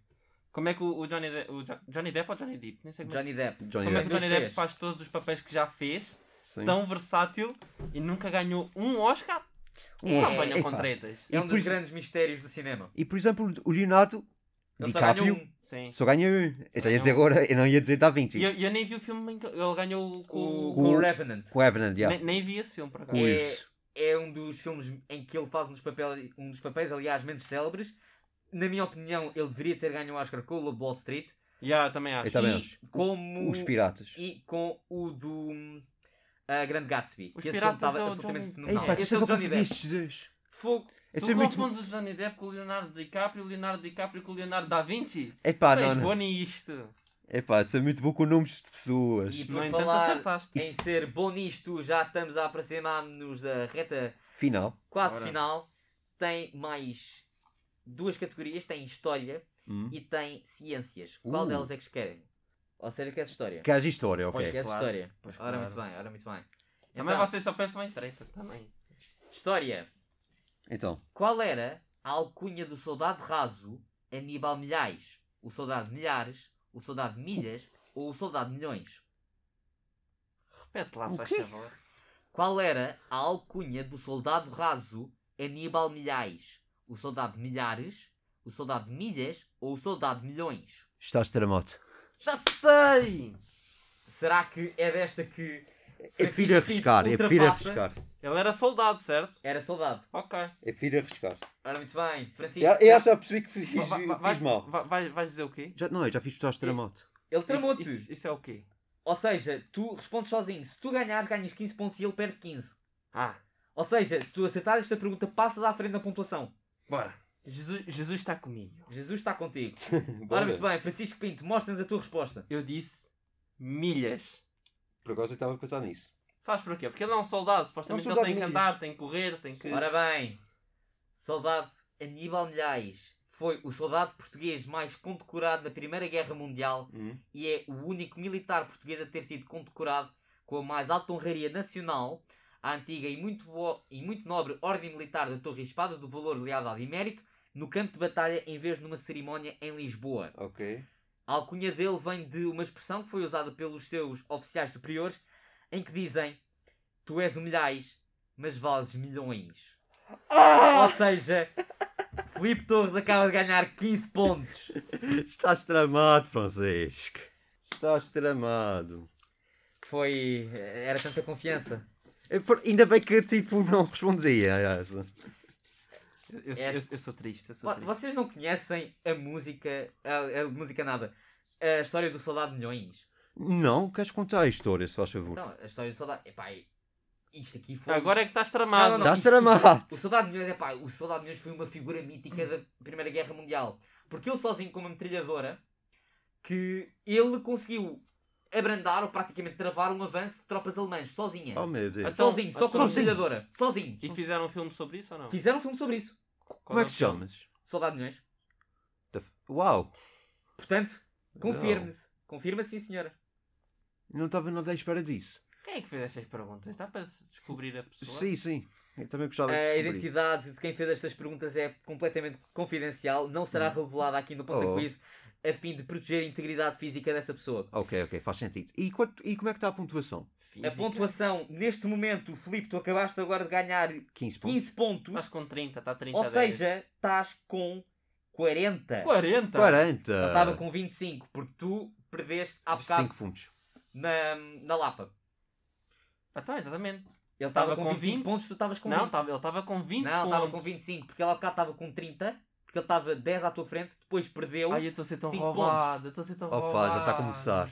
S3: Como é que o, o Johnny Depp. O Jo- Johnny Depp ou Johnny Depp? Nem sei como é que-
S2: Johnny Depp.
S4: Johnny
S3: Como é que
S2: Depp.
S3: o Johnny
S2: Dois
S3: Depp
S2: pés.
S3: faz todos os papéis que já fez,
S4: Sim.
S3: tão versátil e nunca ganhou um Oscar?
S2: É,
S3: Não venham
S4: epá.
S3: com tretas.
S2: É
S4: E
S2: um
S4: por
S2: dos
S4: isso-
S2: grandes mistérios do cinema.
S4: E por exemplo, o Leonardo
S2: Ele só ganhou
S4: DiCaprio
S2: um.
S3: Sim.
S4: só ganha um. Eu já
S3: ganha
S4: ia dizer
S3: um.
S4: agora, eu não ia dizer Da Vinci.
S3: E eu, eu nem vi o filme em que ele ganhou
S2: O,
S3: com.
S2: com o
S4: o-
S2: Revenant.
S4: Com o Evan, yeah.
S3: Nem, nem vi esse filme, por
S4: com o
S3: acaso.
S2: É-
S4: Reeves.
S2: É um dos filmes em que ele faz um dos, papel, um dos papéis, aliás, menos célebres. Na minha opinião, ele deveria ter ganho o Oscar com o Lobo de Wall Street.
S3: Yeah, também acho.
S4: Eu também
S2: e
S4: acho.
S2: como
S4: Os Piratas.
S2: e com o do hum, a Grande Gatsby.
S3: Os
S2: que esse
S3: Piratas
S2: filme estava
S3: é o
S2: absolutamente
S3: Johnny-
S2: fenomenal.
S4: Epá, tu
S2: esse é o
S4: sempre
S2: Johnny
S4: confundi
S2: Depp.
S4: estes dois.
S3: Fogo.
S4: É
S3: tu
S4: sempre muito-
S3: confundes o Johnny Depp com o Leonardo DiCaprio, o Leonardo DiCaprio com o Leonardo da Vinci?
S4: Epá,
S3: tu
S4: não,
S3: és
S4: não.
S3: bom nisto.
S4: Epá, isso é muito bom com nomes de pessoas.
S2: E por
S3: No entanto,
S2: falar
S3: acertaste.
S2: em ser bom nisto, já estamos a aproximar-nos da reta
S4: Final.
S2: quase
S3: Ora.
S2: final. Tem mais duas categorias, tem História
S4: Hum.
S2: e tem Ciências. Qual
S4: Uh.
S2: delas é que querem? Ou seja, queres História?
S4: Que haja história, ok.
S3: Pois,
S2: Queres
S3: claro.
S2: História?
S3: Pois,
S2: Ora,
S3: claro.
S2: muito bem, ora, muito bem.
S3: Também
S2: Então,
S3: vocês só pensam em treta, também.
S2: História.
S4: Então,
S2: Qual era a alcunha do soldado raso Aníbal Milhais? O soldado Milhares, o soldado Milhas ou o soldado Milhões?
S3: Repete lá, se faz
S4: quê?
S3: favor.
S2: Qual era a alcunha do soldado raso Aníbal Milhais? O soldado Milhares, o soldado Milhas ou o soldado Milhões?
S4: estás tramado.
S3: Já sei!
S2: Será que é desta que.
S4: Eu prefiro arriscar, eu prefiro
S2: ultrapassa?
S4: arriscar.
S3: Ele era soldado, certo?
S2: Era soldado.
S3: Ok.
S4: É
S9: Eu prefiro arriscar.
S2: Ora, muito bem. Francisco.
S9: Eu, eu já percebi que fiz,
S3: Va- va- va-
S9: fiz
S3: vais,
S9: mal.
S3: va- vai- vais dizer o quê?
S4: Já, não, eu já fiz estás tramado.
S2: Ele
S3: Isso,
S2: tramou-te.
S3: isso- isso é o quê?
S2: Ou seja, tu respondes sozinho. Se tu ganhares, ganhas 15 pontos e ele perde 15.
S3: Ah,
S2: Ou seja, se tu acertares esta pergunta, passas à frente na pontuação.
S3: bora. Jesus, Jesus está comigo.
S2: Jesus está contigo. Ora,
S9: Bora.
S2: muito bem, Francisco Pinto, mostra-nos a tua resposta.
S3: Eu disse milhas.
S9: Por acaso eu estava a pensar nisso.
S3: Sabes porquê? Porque ele é um soldado, supostamente
S9: É um soldado
S3: ele tem que
S9: milhas.
S3: andar, tem que correr, tem que.
S2: Ora bem, soldado Aníbal Milhais foi o soldado português mais condecorado na Primeira Guerra Mundial
S9: Hum.
S2: e é o único militar português a ter sido condecorado com a mais alta honraria nacional, a antiga e muito, bo- e muito nobre Ordem Militar da Torre Espada do Valor, Lealdade e Mérito, no campo de batalha em vez de numa cerimónia em Lisboa.
S9: Ok.
S2: A alcunha dele vem de uma expressão que foi usada pelos seus oficiais superiores em que dizem: Tu és um milhais, mas vales milhões. Ou seja, Filipe Torres acaba de ganhar 15 pontos.
S4: Estás tramado, Francisco. Estás tramado.
S2: Foi. Era tanta confiança.
S4: É por- Ainda bem que tipo não respondia a essa.
S3: Eu, eu-
S2: Esta-
S3: eu- eu sou triste, eu sou
S2: Vo-
S3: triste.
S2: Vocês não conhecem a música. A, a música nada. A história do Soldado de Milhões.
S4: Não, queres contar a história, se faz favor?
S2: Não, a história do Soldado. Epá, isto aqui foi.
S3: Agora é que estás tramado.
S4: Estás
S2: isto-
S4: tramado.
S2: isto- O Soldado de Milhões, epá, o Soldado de Milhões foi uma figura mítica da Primeira Guerra Mundial. Porque ele sozinho, com uma metralhadora, que ele conseguiu abrandar ou praticamente travar um avanço de tropas alemãs, sozinha.
S4: Oh, meu Deus.
S2: Sozinho, só com uma
S4: Sozinho?
S2: metralhadora. Sozinho.
S3: Então, E fizeram um filme sobre isso ou não?
S2: Fizeram um filme sobre isso.
S4: Como é que te chamas?
S2: Soldado de Milhões.
S4: Da f- Uau!
S2: Portanto, confirme-se. Confirma, sim, senhora.
S4: Não estava nada à espera disso.
S3: Quem é que fez essas perguntas? Dá para se descobrir a pessoa?
S4: Sim, sim. Eu também gostava de
S2: A
S4: descobrir.
S2: identidade de quem fez estas perguntas é completamente confidencial, não será revelada aqui no Ponta
S4: Oh.
S2: Quiz, a fim de proteger a integridade física dessa pessoa.
S4: Ok, ok, faz sentido. E, quanto- e como é que está a pontuação?
S2: A pontuação, neste momento, Filipe, tu acabaste agora de ganhar
S4: 15 pontos.
S2: 15 pontos,
S3: Estás com 30, está 30
S2: ou
S3: a 10.
S2: seja, estás com 40.
S3: 40?
S4: 40.
S2: Eu estava com 25, porque tu perdeste há bocado
S4: 5 pontos.
S2: na, na Lapa.
S3: Ah, tá, exatamente.
S2: Ele
S3: Estava
S2: estava com
S3: com
S2: 25
S3: 20?
S2: pontos, tu estavas com
S3: Não,
S2: 20.
S3: tava, ele estava com 20
S2: Não, estava com
S3: pontos.
S2: 25, porque ele há bocado estava com 30, porque ele estava 10 à tua frente, depois perdeu.
S3: Ai, eu estou a ser tão
S2: cinco
S3: roubado, eu estou a ser tão
S4: Opa,
S3: roubado.
S4: já está a começar.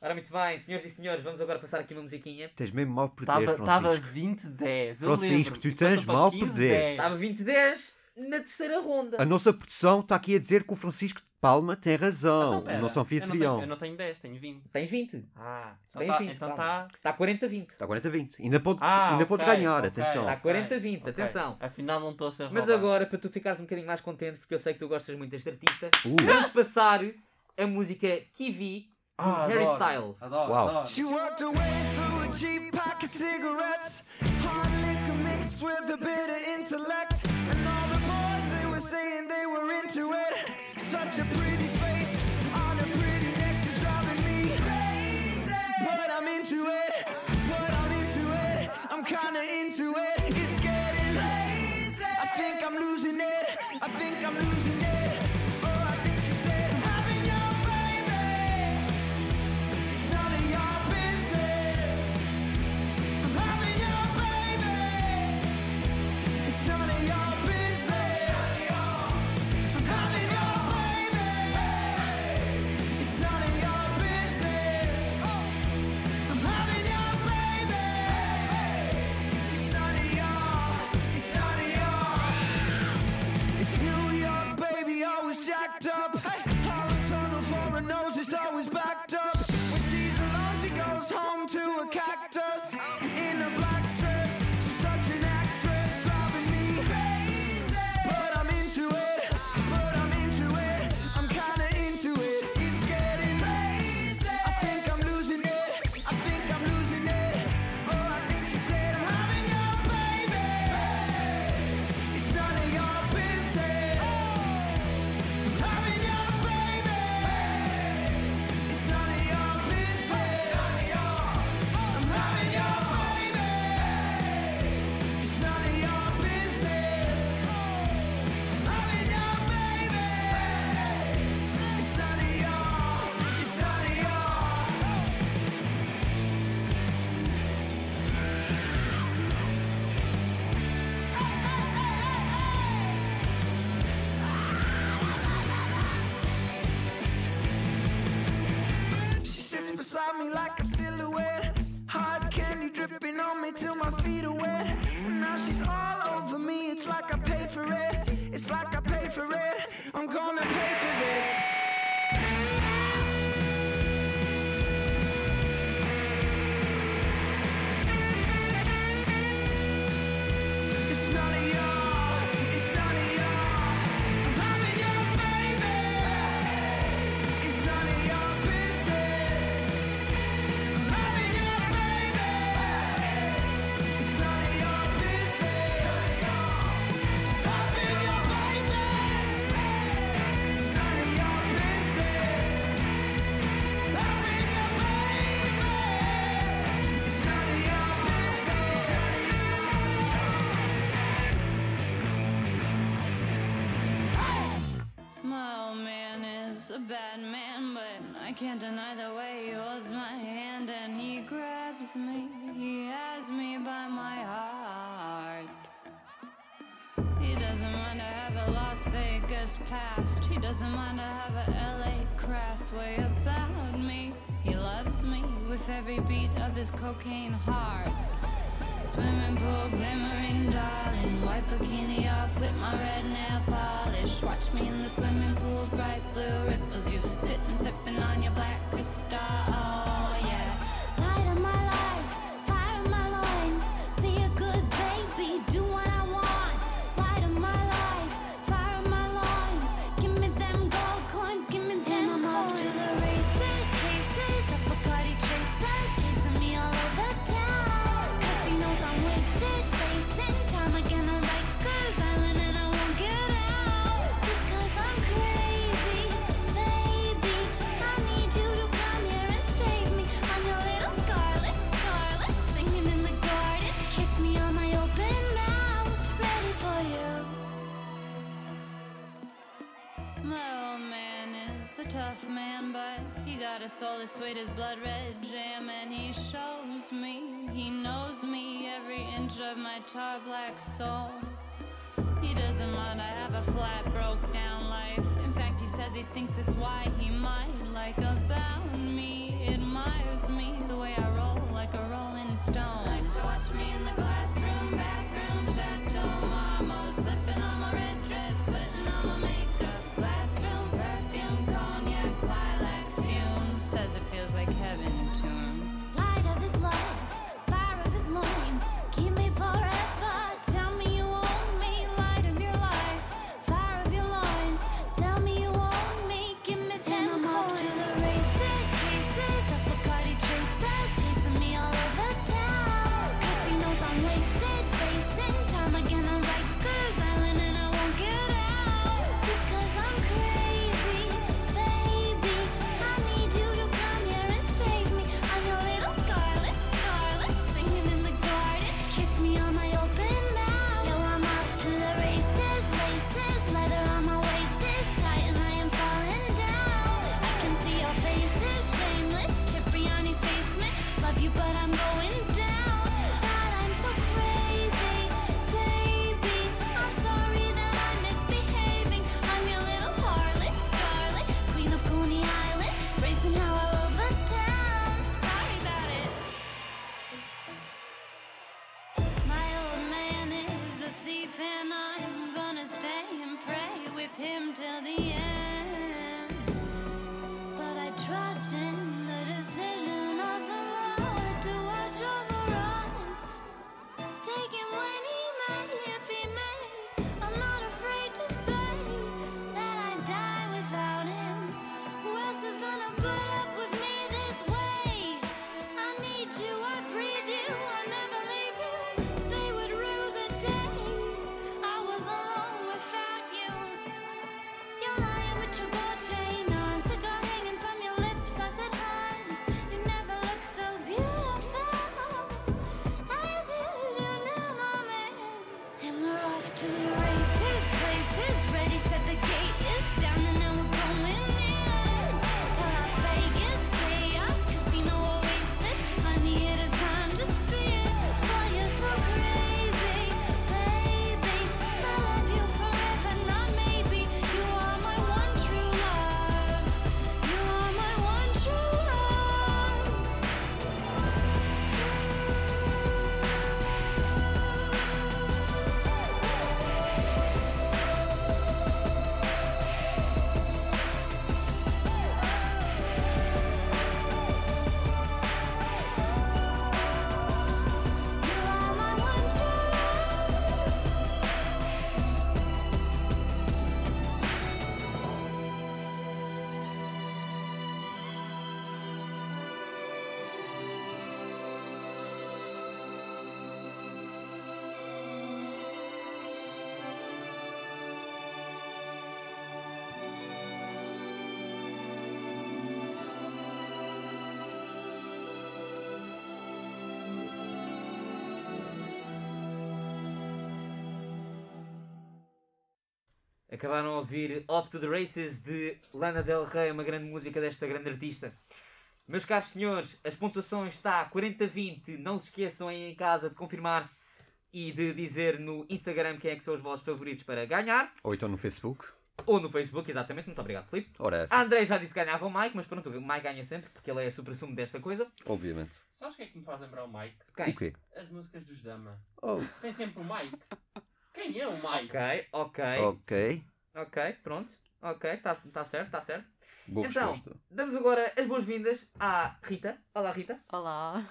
S2: Ora, muito bem, senhoras e senhores, vamos agora passar aqui uma musiquinha.
S4: Tens mesmo mal por ter,
S3: Estava tava
S4: Francisco.
S3: 20, 10. eu
S4: Francisco,
S3: lembro.
S4: tu
S3: E
S4: tens
S3: passou para
S4: mal por
S3: 15,
S4: dizer.
S3: 10.
S2: Estava 20-10 na terceira ronda.
S4: A nossa produção está aqui a dizer que o Francisco de Palma tem razão.
S3: Então, pera,
S4: o nosso
S3: Eu não,
S4: anfitrião.
S3: tenho, eu não tenho 10, tenho 20.
S2: Tens 20.
S3: Ah,
S2: Tens
S3: então
S2: 20,
S3: está.
S2: calma. Está 40-20.
S4: Está 40 a 20. Ainda, pode,
S3: Ah,
S4: ainda podes
S3: ok,
S4: ganhar,
S3: ok,
S4: atenção.
S2: Está
S3: ok,
S2: 40-20,
S3: ok.
S2: atenção.
S3: Afinal, não estou a ser roubado.
S2: Mas agora, para tu ficares um bocadinho mais contente, porque eu sei que tu gostas muito deste artista,
S4: Uh.
S2: vamos passar a música Kiwi do
S3: Ah,
S2: Harry
S3: adoro,
S2: Styles.
S14: Adoro,
S4: Uau.
S14: adoro.
S8: She walked away through a cheap pack of cigarettes. Hard liquor mixed with a bit of intellect. And all the boys, they were saying they were into it. Such a pretty face on a pretty neck, she's driving me crazy. But I'm into it. But I'm into it. I'm kinda into it. It's getting lazy. I think I'm losing it. I think I'm losing it. Oh, I think she said, having your baby. It's none of your business. I'm having your baby. It's none of your business. I'm having your baby. It's none of your business. I'm having your baby. It's none of your. It's none of your. It's New York, baby, always jacked up. Hollow tunnel for her nose, it's always backed up. When she's alone, she goes home to a cactus. In a black dress, she's such an actress, driving me crazy. But I'm into it, but I'm into it. I'm kinda into it. It's getting crazy. I think I'm losing it, I think I'm losing it. Oh, I think she said I'm having your baby. It's none of your business. I'm having your baby. It's none of your business. I'm having your baby. It's none of your business. I'm having your baby. It's none of your. It's none of your. She sits beside me like a silhouette. Hard candy dripping on me till my feet are wet. And now she's all over me. It's like I paid for it. It's like I paid for it. I'm gonna pay for this. It's none of your, it's none of your. I'm having your baby. It's none of your business. I'm having your baby. It's none of your business. I'm having your baby. It's none of your
S15: a bad man, but I can't deny the way he holds my hand and he grabs me. He has me by my heart. He doesn't mind to have a Las Vegas past. He doesn't mind to have a LA crass way about me. He loves me with every beat of his cocaine heart. Swimming pool glimmering, darling. Wipe bikini off with my red nail polish. Watch me in the swimming pool, bright blue ripples. You sitting, sipping on your black crystal. Oh, yeah. Light of my life, fire in my loins. Be a good baby, do what I want. Light of my life, fire in my loins. Give me them gold coins, give me them and I'm off to the races, cases of Bacardi chasers, chasing me all over town. Casinos, I'm wasted, facing time again on Rikers Island, and I won't get out because I'm crazy, baby. I need you to come here and save me. I'm your little scarlet, scarlet, singing in the garden. Kiss me on my open mouth, ready for you. My old man is a tough man, but he got a soul as sweet as blood red jam, and he shows me, he knows me every inch of my tar black soul. He doesn't mind I have a flat, broke down life. In fact, he says he thinks it's why he might like about me, admires me the way I roll like a rolling stone. Likes to watch me in the classroom, bathroom, chateau, mama, slipping on my red dress, putting on my makeup, classroom, perfume, cognac, lilac fume. Says it feels like heaven to him. Light of his life, fire of his loins. Keep me forever. Tell me you own me. Light of your life, fire of your loins. Tell me you own me. Give me them and I'm off to the races, cases of Bacardi chasers.
S2: Acabaram a ouvir Off to the Races de Lana Del Rey, uma grande música desta grande artista. Meus caros senhores, as pontuações está 40-20. Não se esqueçam aí em casa de confirmar e de dizer no Instagram quem é que são os vossos favoritos para ganhar.
S4: Ou então no Facebook.
S2: Ou no Facebook, exatamente. Muito obrigado, Filipe.
S4: Ora, essa.
S2: A André já disse que ganhava o Mike, mas pronto, o Mike ganha sempre porque ele é super sumo desta coisa.
S4: Obviamente.
S3: Sabes o que é que me faz lembrar o Mike?
S2: Quem?
S4: O quê?
S3: As músicas dos Dama.
S4: Oh.
S3: Tem sempre o Mike. Quem é o Mike?
S2: Ok, ok.
S4: Ok.
S2: Ok, pronto. Ok, está tá certo, está certo.
S4: Boa
S2: então,
S4: resposta.
S2: damos agora as boas-vindas à Rita. Olá, Rita.
S10: Olá.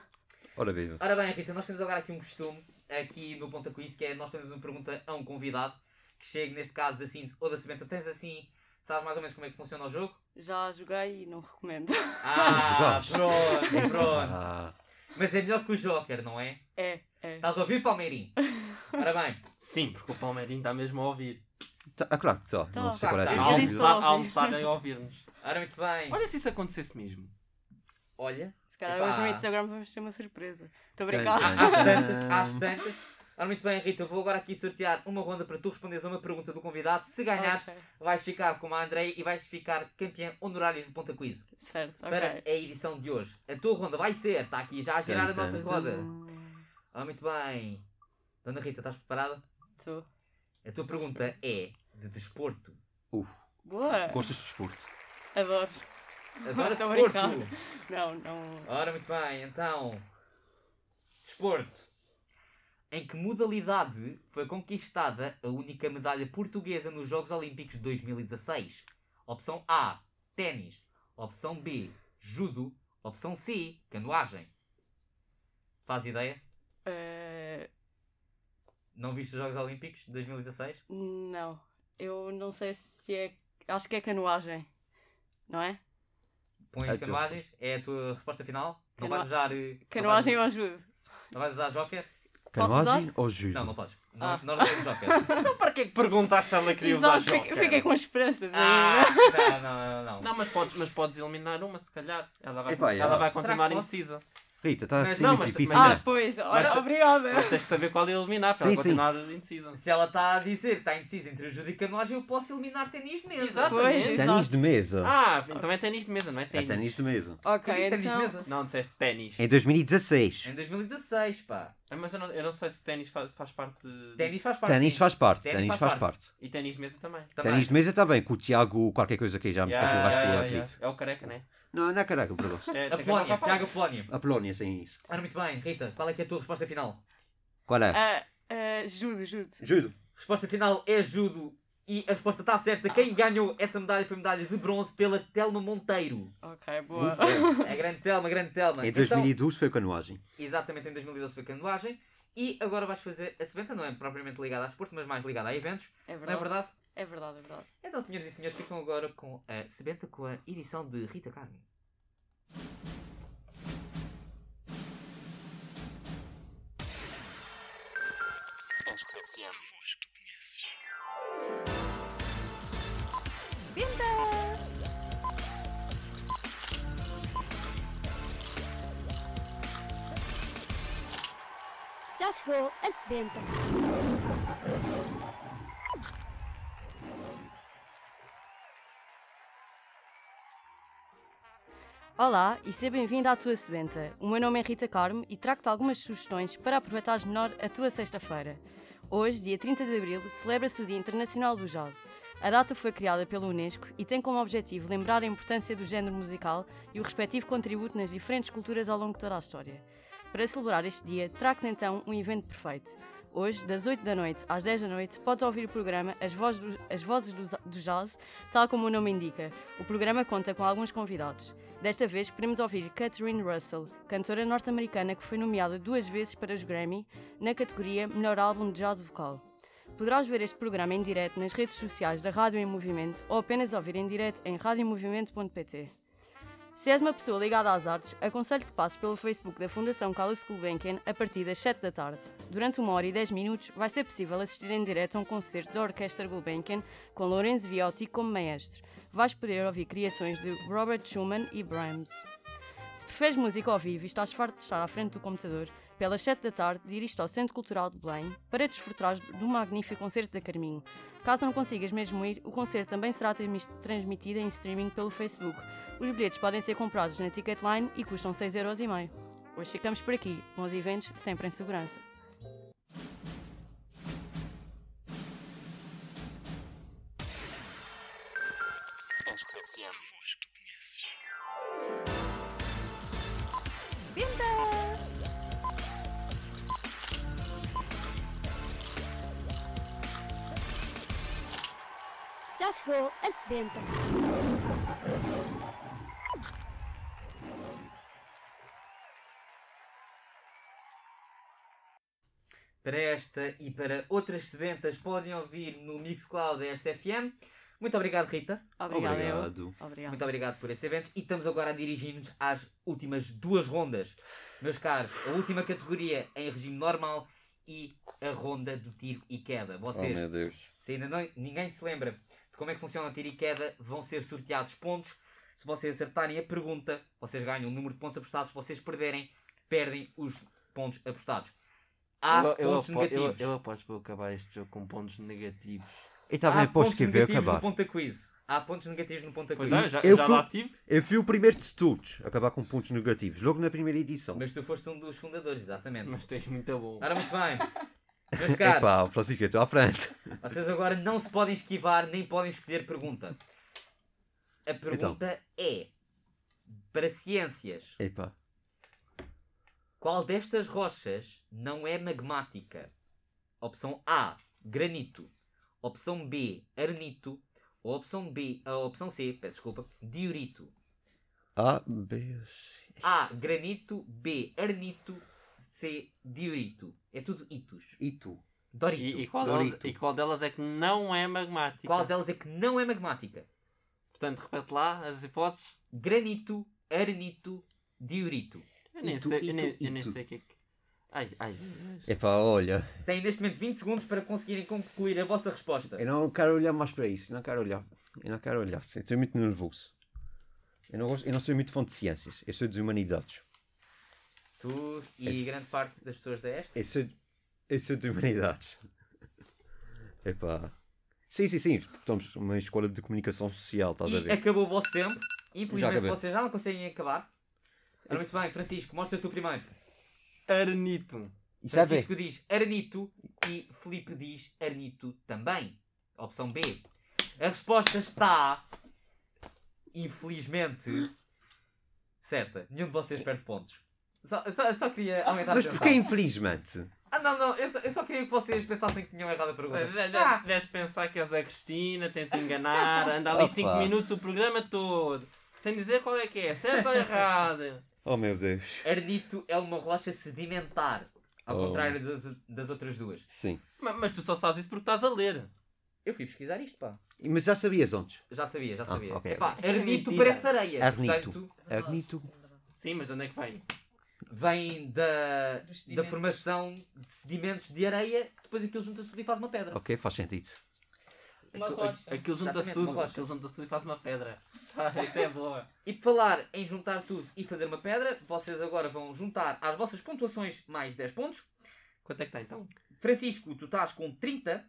S4: Ora viva.
S2: Ora bem, Rita, nós temos agora aqui um costume, aqui no Ponta Quiz, que é nós temos uma pergunta a um convidado, que chega, neste caso, da Cindy ou da Sebenta. Tens assim, sabes mais ou menos como é que funciona o jogo?
S16: Já joguei e não recomendo.
S2: Ah,
S4: jogaste.
S2: pronto, pronto.
S4: Ah.
S2: Mas é melhor que o Joker, não é?
S16: É, é.
S2: Estás a ouvir, Palmeirinho? Ora bem.
S3: Sim, porque o Palmeirinho está mesmo a ouvir.
S4: Tá- ah, claro que está. Não sei
S2: Tá.
S4: qual é a
S3: a
S4: tua dúvida.
S3: almoçar, a almoçar e a ouvir-nos.
S2: Ora, muito bem.
S3: Olha se isso acontecesse mesmo.
S2: Olha.
S16: Se calhar
S2: Epá.
S16: hoje no Instagram vamos ter uma surpresa. Estou a
S2: Tem-
S16: brincar.
S2: Há- Às tantas, às tantas. Ora, muito bem, Rita, vou agora aqui sortear uma ronda para tu responderes a uma pergunta do convidado. Se ganhares,
S16: Ok.
S2: vais ficar como a Andreia e vais ficar campeã honorária de Ponta Quiz.
S16: Certo, ok.
S2: Para a edição de hoje. A tua ronda vai ser, está aqui já a girar a
S4: Tum,
S2: nossa
S4: tum,
S2: roda. Ora, muito bem. Dona Rita, estás preparada?
S16: Estou.
S2: A tua pergunta é de desporto.
S16: Boa.
S4: Gostas de desporto?
S16: Adoro.
S2: Adoro
S16: Estou a
S2: desporto.
S16: brincar. Não, não.
S2: Ora, muito bem, então. Desporto. Em que modalidade foi conquistada a única medalha portuguesa nos Jogos Olímpicos de 2016? Opção A: ténis. Opção B: judo. Opção C: canoagem. Faz ideia?
S16: eh,
S2: Não viste os Jogos Olímpicos de 2016?
S16: não. Eu não sei se é. Acho que é canoagem. Não é?
S2: Pões
S4: É a tua
S2: canoagens? É a tua resposta final? Não
S16: Canoa-
S2: vais usar. eh,
S16: Canoagem
S2: não
S16: eu
S2: vais-
S16: ajudo.
S2: Não vais usar joker?
S4: Canoagem ou judo?
S2: Não, não podes. Não,
S16: Ah.
S2: Nós não temos joker.
S3: Então para que é que perguntaste se ela queria usar
S16: Exato,
S3: jogo?
S16: fiquei, fiquei com as esperanças
S2: Ah,
S16: ainda.
S2: não, não, não, não.
S3: Não, mas podes, mas podes eliminar uma se calhar. Ela vai,
S4: Epá,
S3: ela
S4: é.
S3: vai
S2: Será
S3: continuar
S2: que
S3: indecisa.
S4: Rita, está
S3: Mas
S4: assim
S3: não,
S4: muito
S3: mas-
S4: difícil.
S16: Ah,
S3: mas-
S16: pois,
S3: Mas
S16: ora,
S3: tu-
S16: obrigada.
S3: Mas tens que saber qual eliminar para
S4: Sim,
S3: ela
S4: sim.
S3: continuar indecisa.
S2: Se ela está a dizer que está indecisa entre o judo e canoagem, eu posso eliminar ténis de mesa.
S16: Pois,
S3: Exatamente.
S4: Ténis
S16: exato.
S4: de mesa.
S3: Ah, então é ténis de mesa, não é
S4: é
S3: ténis.
S4: ténis de mesa.
S2: Eu
S3: é
S16: Ok,
S2: disse ténis de
S16: então.
S2: mesa.
S3: Não, disseste ténis.
S4: Em 2016.
S2: Em 2016, pá.
S3: Ah, Mas eu não, eu não sei se ténis faz, faz parte de...
S2: Ténis faz parte.
S4: Ténis
S2: sim.
S4: faz parte.
S2: Ténis
S4: Ténis
S2: faz
S4: faz
S2: parte.
S4: parte.
S3: E ténis de mesa também.
S2: Também.
S4: Ténis de mesa está bem, com o Tiago, qualquer coisa que já me
S3: Yeah, yeah,
S4: esqueci, acho que eu
S3: yeah,
S4: acredito.
S3: yeah. É o careca, né?
S4: Não, não é caraca, por favor.
S3: É,
S2: A
S3: tem que
S2: Polónia,
S3: passar para-
S2: Tiago Polónia.
S4: A Polónia sem isso.
S2: Ora, muito bem, Rita, qual é que é a tua resposta final?
S4: Qual é?
S16: Ah, ah, judo, judo.
S4: Judo.
S2: Resposta final é judo. E a resposta está certa. Quem ganhou essa medalha foi a medalha de bronze pela Telma Monteiro.
S16: Ok, boa.
S2: A grande Telma, a grande Telma.
S4: Em
S2: Então,
S4: 2012 foi a canoagem.
S2: Exatamente, em 2012 foi canoagem. E agora vais fazer a Sebenta, não é propriamente ligada a desporto, mas mais ligada a eventos.
S16: É
S2: Não é
S16: verdade.
S2: verdade?
S16: É verdade, é verdade.
S2: Então, senhoras e senhores, ficam agora com a Sebenta com a edição de Rita Carmo.
S17: Já chegou a sebenta.
S16: Olá e seja bem-vindo à tua Sebenta. O meu nome é Rita Carmo e trago-te algumas sugestões para aproveitares melhor a tua sexta-feira. Hoje, dia 30 de abril, celebra-se o Dia Internacional do Jazz. A data foi criada pela Unesco e tem como objetivo lembrar a importância do género musical e o respectivo contributo nas diferentes culturas ao longo de toda a história. Para celebrar este dia, trago-te então um evento perfeito. Hoje, das 8 da noite às 10 da noite, podes ouvir o programa As Vozes do, As Vozes do, do Jazz, tal como o nome indica. O programa conta com alguns convidados. Desta vez, podemos ouvir Catherine Russell, cantora norte-americana que foi nomeada duas vezes para os Grammy na categoria Melhor Álbum de Jazz Vocal. Poderás ver este programa em direto nas redes sociais da Rádio em Movimento ou apenas ouvir em direto em radiomovimento.pt. Se és uma pessoa ligada às artes, aconselho que passes pelo Facebook da Fundação Carlos Gulbenkian a partir das 7 da tarde. Durante uma hora e 10 minutos vai ser possível assistir em direto a um concerto da Orquestra Gulbenkian com Lorenzo Viotti como maestro. Vais poder ouvir criações de Robert Schumann e Brahms. Se preferes música ao vivo e estás farto de estar à frente do computador, pelas 7 da tarde dirige-te ao Centro Cultural de Belém para desfrutares do magnífico concerto da Carminho. Caso não consigas mesmo ir, o concerto também será transmis- transmitido em streaming pelo Facebook. Os bilhetes podem ser comprados na Ticketline e custam 6,5€. Hoje ficamos por aqui. Bons eventos, sempre em segurança.
S17: Já chegou a sebenta.
S2: Para esta e para outras sebentas podem ouvir no Mixcloud da SFM. Muito obrigado, Rita.
S16: Obrigada, eu. Obrigado. Obrigada.
S2: Muito obrigado por esse evento. E estamos agora a dirigir-nos às últimas duas rondas. Meus caros, a última categoria em regime normal e a ronda do tiro e queda. Vocês,
S9: Oh, meu Deus.
S2: se ainda não, ninguém se lembra de como é que funciona o tiro e queda, vão ser sorteados pontos. Se vocês acertarem a pergunta, vocês ganham o número de pontos apostados. Se vocês perderem, perdem os pontos apostados. Há
S18: eu, eu,
S2: Ah, pontos
S18: apo- eu-
S2: negativos.
S18: eu aposto que vou acabar este jogo com pontos negativos.
S4: Eu também
S2: Há
S4: aposto
S2: Ah, pontos
S4: que eu vou
S2: negativos
S4: acabar.
S2: No ponta quiz. Há pontos negativos no ponta quiz.
S3: é,
S4: eu fui o primeiro de todos a acabar com pontos negativos, logo na primeira edição.
S2: Mas tu foste um dos fundadores, exatamente. Mas
S18: tens muita boa.
S2: Ora, muito bem. Meus caros,
S4: Epá, o Francisco, eu estou à frente.
S3: Ah,
S2: vocês agora não se podem esquivar nem podem escolher pergunta. A pergunta é: para ciências,
S4: Epá.
S2: qual destas rochas não é magmática? Opção A, granito. Opção B, arnito. Ou opção B, a opção C, peço desculpa, diorito.
S4: Ah, Deus.
S18: Ah.
S2: A, granito. B, arnito. C, diorito. É tudo itos.
S9: Ito.
S2: Dorito.
S18: E, e qual delas, e qual delas é que não é magmática?
S2: Qual delas é que não é magmática?
S18: Portanto, repete lá as hipóteses.
S2: Granito, arenito, diorito.
S18: Eu nem
S2: Ito,
S18: sei, eu
S2: ito,
S18: nem, eu nem
S2: ito.
S18: sei o que é que. Ai, ai.
S4: Epá, olha.
S2: É. Têm neste momento 20 segundos para conseguirem concluir a vossa resposta.
S4: Eu não quero olhar mais para isso, não quero olhar. Eu não quero olhar, eu estou muito nervoso. Eu não, gosto, eu não sou muito fã de ciências, eu sou de humanidades.
S2: Tu e
S4: Esse-
S2: grande parte das pessoas da ESC.
S4: Eu sou, eu sou é de humanidades. Epá. Sim, sim, sim, estamos numa escola de comunicação social, estás a
S2: E
S4: ver?
S2: acabou o vosso tempo.
S4: Já
S2: Infelizmente
S4: acabei.
S2: vocês já não conseguem acabar. Ora, muito bem, Francisco, mostra tu primeiro.
S18: Arenito.
S4: Isso é
S2: Francisco diz arenito e Felipe diz arnito também. Opção B. A resposta está. Infelizmente. Certa. Nenhum de vocês perde pontos. Só, eu só, eu só queria
S18: Ah,
S2: aumentar
S4: Mas
S2: tá a
S4: porquê
S2: atenção.
S4: infelizmente?
S2: Ah, não, não. Eu só, eu só queria que vocês pensassem que tinham errado a pergunta. Ah,
S18: Deves pensar que és da Cristina, tenta enganar, anda ali
S4: Opa.
S18: 5 minutos o programa todo, sem dizer qual é que é, certo ou errado.
S4: Oh meu Deus.
S2: Ardito é uma rocha sedimentar. Ao
S4: Oh.
S2: contrário das, das outras duas.
S4: Sim.
S18: Mas, tu só sabes isso porque estás a ler.
S2: Eu fui pesquisar isto, pá.
S4: Mas já sabias antes?
S2: Já sabia, já
S4: Ah,
S2: sabia.
S4: ok,
S2: Epá,
S18: ok.
S2: Ardito
S18: Mentira.
S2: parece areia.
S4: Arnito.
S2: portanto,
S4: Arnito.
S18: Sim, mas de onde é que vem?
S2: vem da, da
S18: sedimentos.
S2: formação de sedimentos de areia, depois aquilo junta-se tudo e faz uma pedra.
S4: Ok, faz sentido.
S2: Uma
S18: Aquilo-
S2: rocha.
S18: Aquilo junta-se
S2: Exatamente,
S18: tudo,
S2: uma rocha.
S18: aquilo junta-se tudo e faz uma pedra. Tá, isso é boa.
S2: E por falar em juntar tudo e fazer uma pedra, vocês agora vão juntar às vossas pontuações mais 10 pontos.
S18: Quanto é que está então?
S2: Francisco, tu estás com 30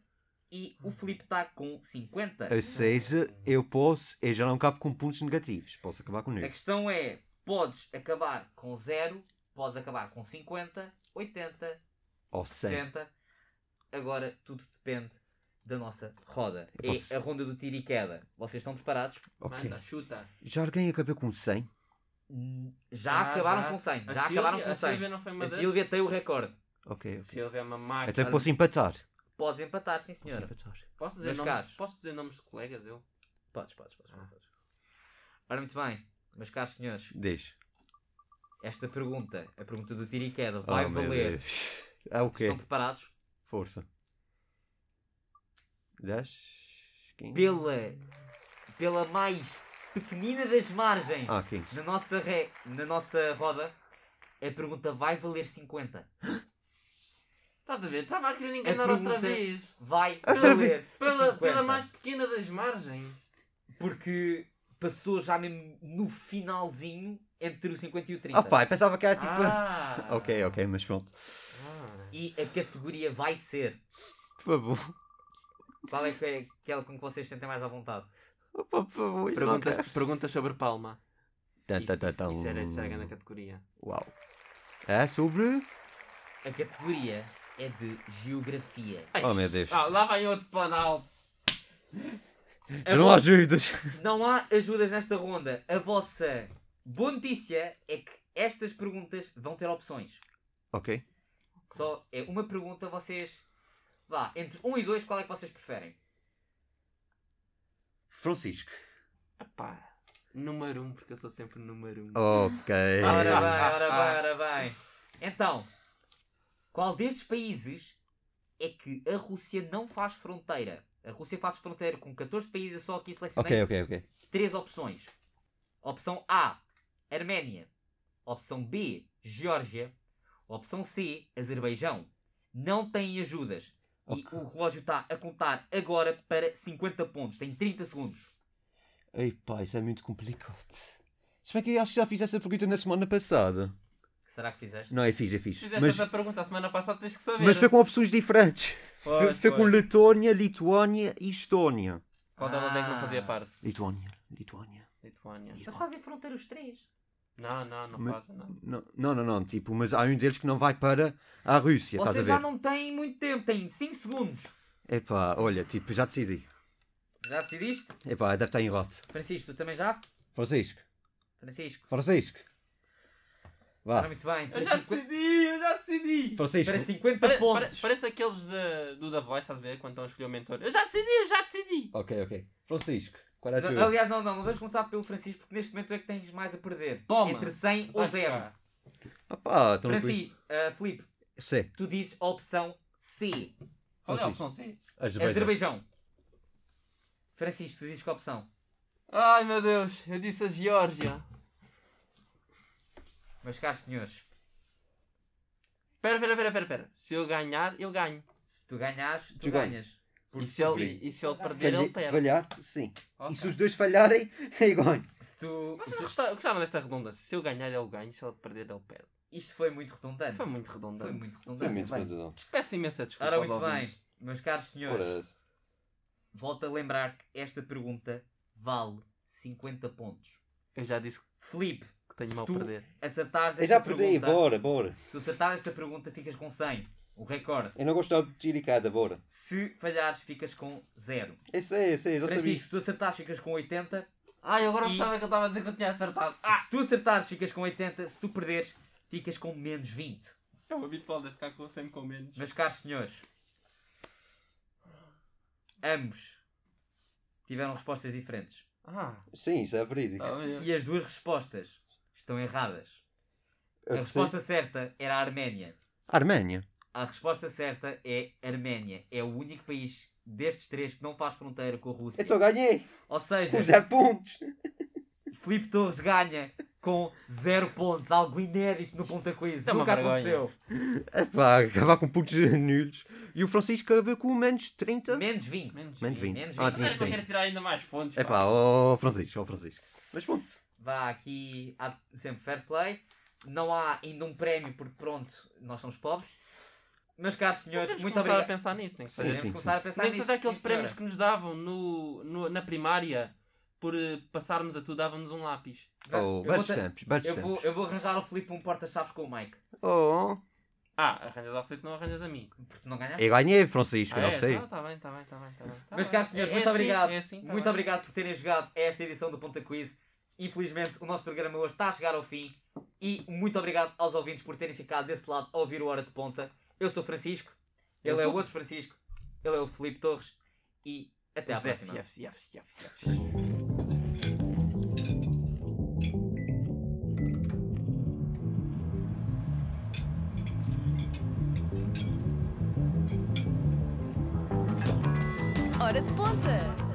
S2: e o Filipe está com 50.
S4: Ou seja, eu posso, eu já não cabo com pontos negativos, posso acabar com
S2: A
S4: eles.
S2: questão é: podes acabar com 0, podes acabar com 50, 80,
S4: Ou 100.
S2: 60. Agora tudo depende da nossa roda.
S4: Eu
S2: É
S4: posso-
S2: a ronda do tiro e queda. Vocês estão preparados?
S4: Ok. Manda,
S18: chuta.
S4: Já alguém acabou com 100?
S2: Já
S18: Já,
S2: acabaram
S18: Ah, já.
S2: com 100. Já
S18: A
S2: acabaram
S18: Silvia-
S2: com
S18: a
S2: 100.
S18: Silvia não foi uma
S2: a
S18: das?
S2: Silvia tem o recorde.
S4: Ok, ok.
S18: Silvia é uma
S2: Ah,
S18: máquina.
S4: Até posso empatar.
S2: Podes empatar, sim senhora.
S18: Posso dizer,
S2: Meus
S18: nomes,
S2: caros,
S18: posso dizer nomes de colegas eu?
S2: Podes, podes, podes.
S18: Ah.
S2: podes. Ora, muito bem. Meus caros senhores,
S4: Deixa.
S2: esta pergunta, a pergunta do tiro e queda,
S4: Oh,
S2: vai
S4: meu
S2: valer.
S4: Deus. Ah, o quê?
S2: Estão preparados?
S4: Força. 10, 15.
S2: Pela, pela mais pequenina das margens
S4: Ah, 15.
S2: na, nossa ré, na nossa roda, a pergunta vai valer 50.
S18: Estás a ver? Estava a querer
S2: A
S18: enganar outra
S2: pergunta
S18: vez.
S2: Vai
S18: Outra
S2: valer
S18: vez. Pela,
S2: 50.
S18: pela mais pequena das margens.
S2: porque passou já mesmo no finalzinho entre o 50 e o 30.
S4: Ah, pá, eu pensava que era tipo.
S2: Ah.
S4: ok, ok, mas pronto.
S2: E a categoria vai ser.
S4: Por favor.
S2: Qual é que é aquela com que vocês se sentem mais à vontade?
S4: Opa, por favor.
S3: Perguntas,
S4: não
S3: perguntas sobre Palma.
S4: Tá,
S3: Isso,
S4: tá, tá,
S3: isso-
S4: tá,
S3: isso era, isso era a
S4: hum.
S3: grande categoria.
S4: Uau. É sobre.
S2: A categoria é de geografia.
S4: Oh, meu Deus.
S2: Ah, lá vai outro planalto. A
S4: Tu não
S2: vossa-
S4: ajudas.
S2: Não há ajudas nesta ronda. A vossa boa notícia é que estas perguntas vão ter opções.
S4: Ok.
S2: Só é uma pergunta, vocês. Vá, entre um e dois qual é que vocês preferem?
S9: Francisco.
S3: Epá, número um, porque eu sou sempre número um.
S4: Ok.
S2: Ora
S4: Ah,
S2: bem, ora bem, ora bem. Então, qual destes países é que a Rússia não faz fronteira? A Rússia faz fronteira com 14 países, eu só aqui selecionei
S4: Ok, ok, ok.
S2: três opções. Opção A, Arménia. Opção B, Geórgia. Opção C, Azerbaijão. Não têm ajudas. E o relógio está a contar agora para 50 pontos. Tem 30 segundos.
S4: Ei pá, isso é muito complicado. Se bem que eu acho que já fiz essa pergunta na semana passada.
S2: Será que fizeste?
S4: Não, é eu fiz, eu
S3: Se
S4: fiz.
S3: fizeste
S4: Mas,
S3: essa pergunta a semana passada, tens que saber.
S4: mas foi com opções diferentes. Foi-
S3: Pois,
S4: foi, com
S3: pois.
S4: Letónia, Lituânia e Estónia.
S3: Qual delas é que não fazia parte?
S4: Lituânia, Lituânia.
S3: Lituânia.
S2: Mas fazem fronteira os três.
S3: Não, não, não
S4: Mas-
S3: fazem, não.
S4: Não, não, não, não, tipo, mas há um deles que não vai para a Rússia, estás a
S2: Vocês
S4: ver?
S2: já não têm muito tempo. Têm 5 segundos.
S4: Epá, olha, tipo, já decidi.
S2: Já decidiste?
S4: Epá, deve estar em rote.
S2: Francisco, tu também já?
S4: Francisco,
S2: Francisco.
S4: Francisco.
S2: Ora,
S3: Tá
S4: Vá.
S2: muito bem.
S3: Eu já decidi, eu já decidi.
S4: Francisco.
S2: Para 50
S3: Pare-
S2: pontos.
S3: pare- parece aqueles de- do da voz, estás a ver? Quando estão a escolher o mentor. Eu já decidi, eu já decidi.
S4: Ok, ok. Francisco, qual é a tua?
S2: Aliás, não, não, não vamos começar pelo Francisco, porque neste momento é que tens mais a perder.
S3: Toma.
S2: Entre 100 ou
S3: Vai
S2: 0.
S3: ficar.
S4: Opá, então-
S2: Francisco, ah, Filipe,
S4: Sim.
S2: tu dizes a opção C.
S3: Qual é a opção C?
S4: Azerbaijão.
S2: Azerbaijão. Francisco, tu dizes que opção?
S3: Ai meu Deus, eu disse a Geórgia.
S2: Meus caros senhores,
S3: Pera, pera, pera, pera, pera. Se eu ganhar, eu ganho.
S2: Se tu ganhares, tu,
S9: Tu ganhas.
S2: ganhas.
S3: E se ele, e se ele perder, ele perde.
S9: Falhar, sim.
S3: Ok.
S9: E se os dois falharem, é igual.
S2: Se tu...
S3: Vocês gostaram, gostaram desta redundância? Se eu ganhar, ele ganha. Se ele perder, ele perde.
S2: Isto foi muito redundante.
S3: Foi muito redundante.
S2: Foi muito redundante.
S9: Foi muito
S2: Bem,
S9: redundante.
S3: Peço imensa desculpa
S2: Ora,
S3: aos
S2: muito bem,
S3: ouvintes.
S2: meus caros
S9: Ora,
S2: senhores, volto a lembrar que esta pergunta vale 50 pontos.
S3: Eu já disse
S2: Filipe,
S3: que tenho
S2: se
S3: mal a
S2: tu
S3: perder.
S2: acertares
S9: Eu
S2: esta
S9: já perdi,
S2: pergunta,
S9: bora, bora.
S2: Se acertares esta pergunta, ficas com 100, o recorde.
S9: Eu não gosto de tiricada, bora.
S2: Se falhares, ficas com 0.
S9: Eu sei, eu sei, eu já sabia.
S2: Francisco, se tu acertares, ficas com 80.
S3: Ai, agora
S2: E-
S3: gostava que eu estava a dizer que eu tinha acertado.
S2: Se tu acertares, ficas com 80. Se tu perderes, ficas com menos 20.
S3: É o habitual de ficar com, sempre com menos.
S2: Meus caros senhores, ambos tiveram respostas diferentes.
S3: Ah,
S9: Sim, isso é verídico.
S3: Tá
S2: E as duas respostas estão erradas. A
S4: Eu sei.
S2: resposta certa era a Arménia.
S4: Arménia.
S2: A resposta certa é Arménia. É o único país destes três que não faz fronteira com a Rússia.
S9: Então ganhei.
S2: Ou seja,
S9: Com zero pontos.
S2: Filipe Torres ganha com zero pontos. Algo inédito no Ponta Quiz.
S3: É uma
S2: Nunca
S3: vergonha.
S2: aconteceu.
S4: Epá, É acabar com pontos nulos. E o Francisco acabou com menos 30.
S2: Menos 20. Menos
S4: Menos 20.
S2: Menos
S4: Ah,
S2: 20.
S4: tinhas
S3: mas eu
S4: 30.
S3: quero tirar ainda mais pontos.
S4: Epá, ó oh, Francisco, ó Francisco. Mas pronto.
S2: Vá aqui, há sempre fair play. Não há ainda um prémio porque pronto, nós somos pobres. Meus caros
S3: Nós
S2: senhores,
S3: temos que
S2: muito
S3: começar
S2: obrigado.
S3: a pensar nisso, nem que
S2: Sim,
S3: seja.
S2: temos que começar a pensar
S3: nem que
S2: nisso,
S3: seja aqueles
S2: sim,
S3: prémios
S2: senhora.
S3: que nos davam no, no- na primária por eh, passarmos a tudo, davam-nos um lápis.
S2: Vá,
S4: Oh,
S2: eu
S4: bad
S2: vou te-
S4: stamps, bad
S2: eu vou,
S4: stamps.
S2: eu vou arranjar ao Filipe um porta-chaves com o Mike.
S4: Oh.
S3: Ah, arranjas ao Filipe, não arranjas a mim.
S2: Porque não ganhaste.
S4: Eu ganhei, Francisco,
S3: Ah,
S4: não
S3: é?
S4: sei.
S3: Tá, tá bem, tá bem, tá bem. Tá bem. Tá
S2: Meus
S3: bem.
S2: caros senhores,
S3: É- é
S2: muito
S3: assim,
S2: obrigado.
S3: é assim, tá
S2: muito
S3: bem.
S2: obrigado por terem jogado esta edição do Ponta Quiz. Infelizmente, o nosso programa hoje está a chegar ao fim. E muito obrigado aos ouvintes por terem ficado desse lado a ouvir o Hora de Ponta. Eu sou Francisco,
S3: Eu
S2: ele é
S3: sou-
S2: o outro Francisco, ele é o Filipe Torres. E até à
S3: Zé,
S2: próxima.
S3: F, F, F, F, F.
S7: Hora de ponta!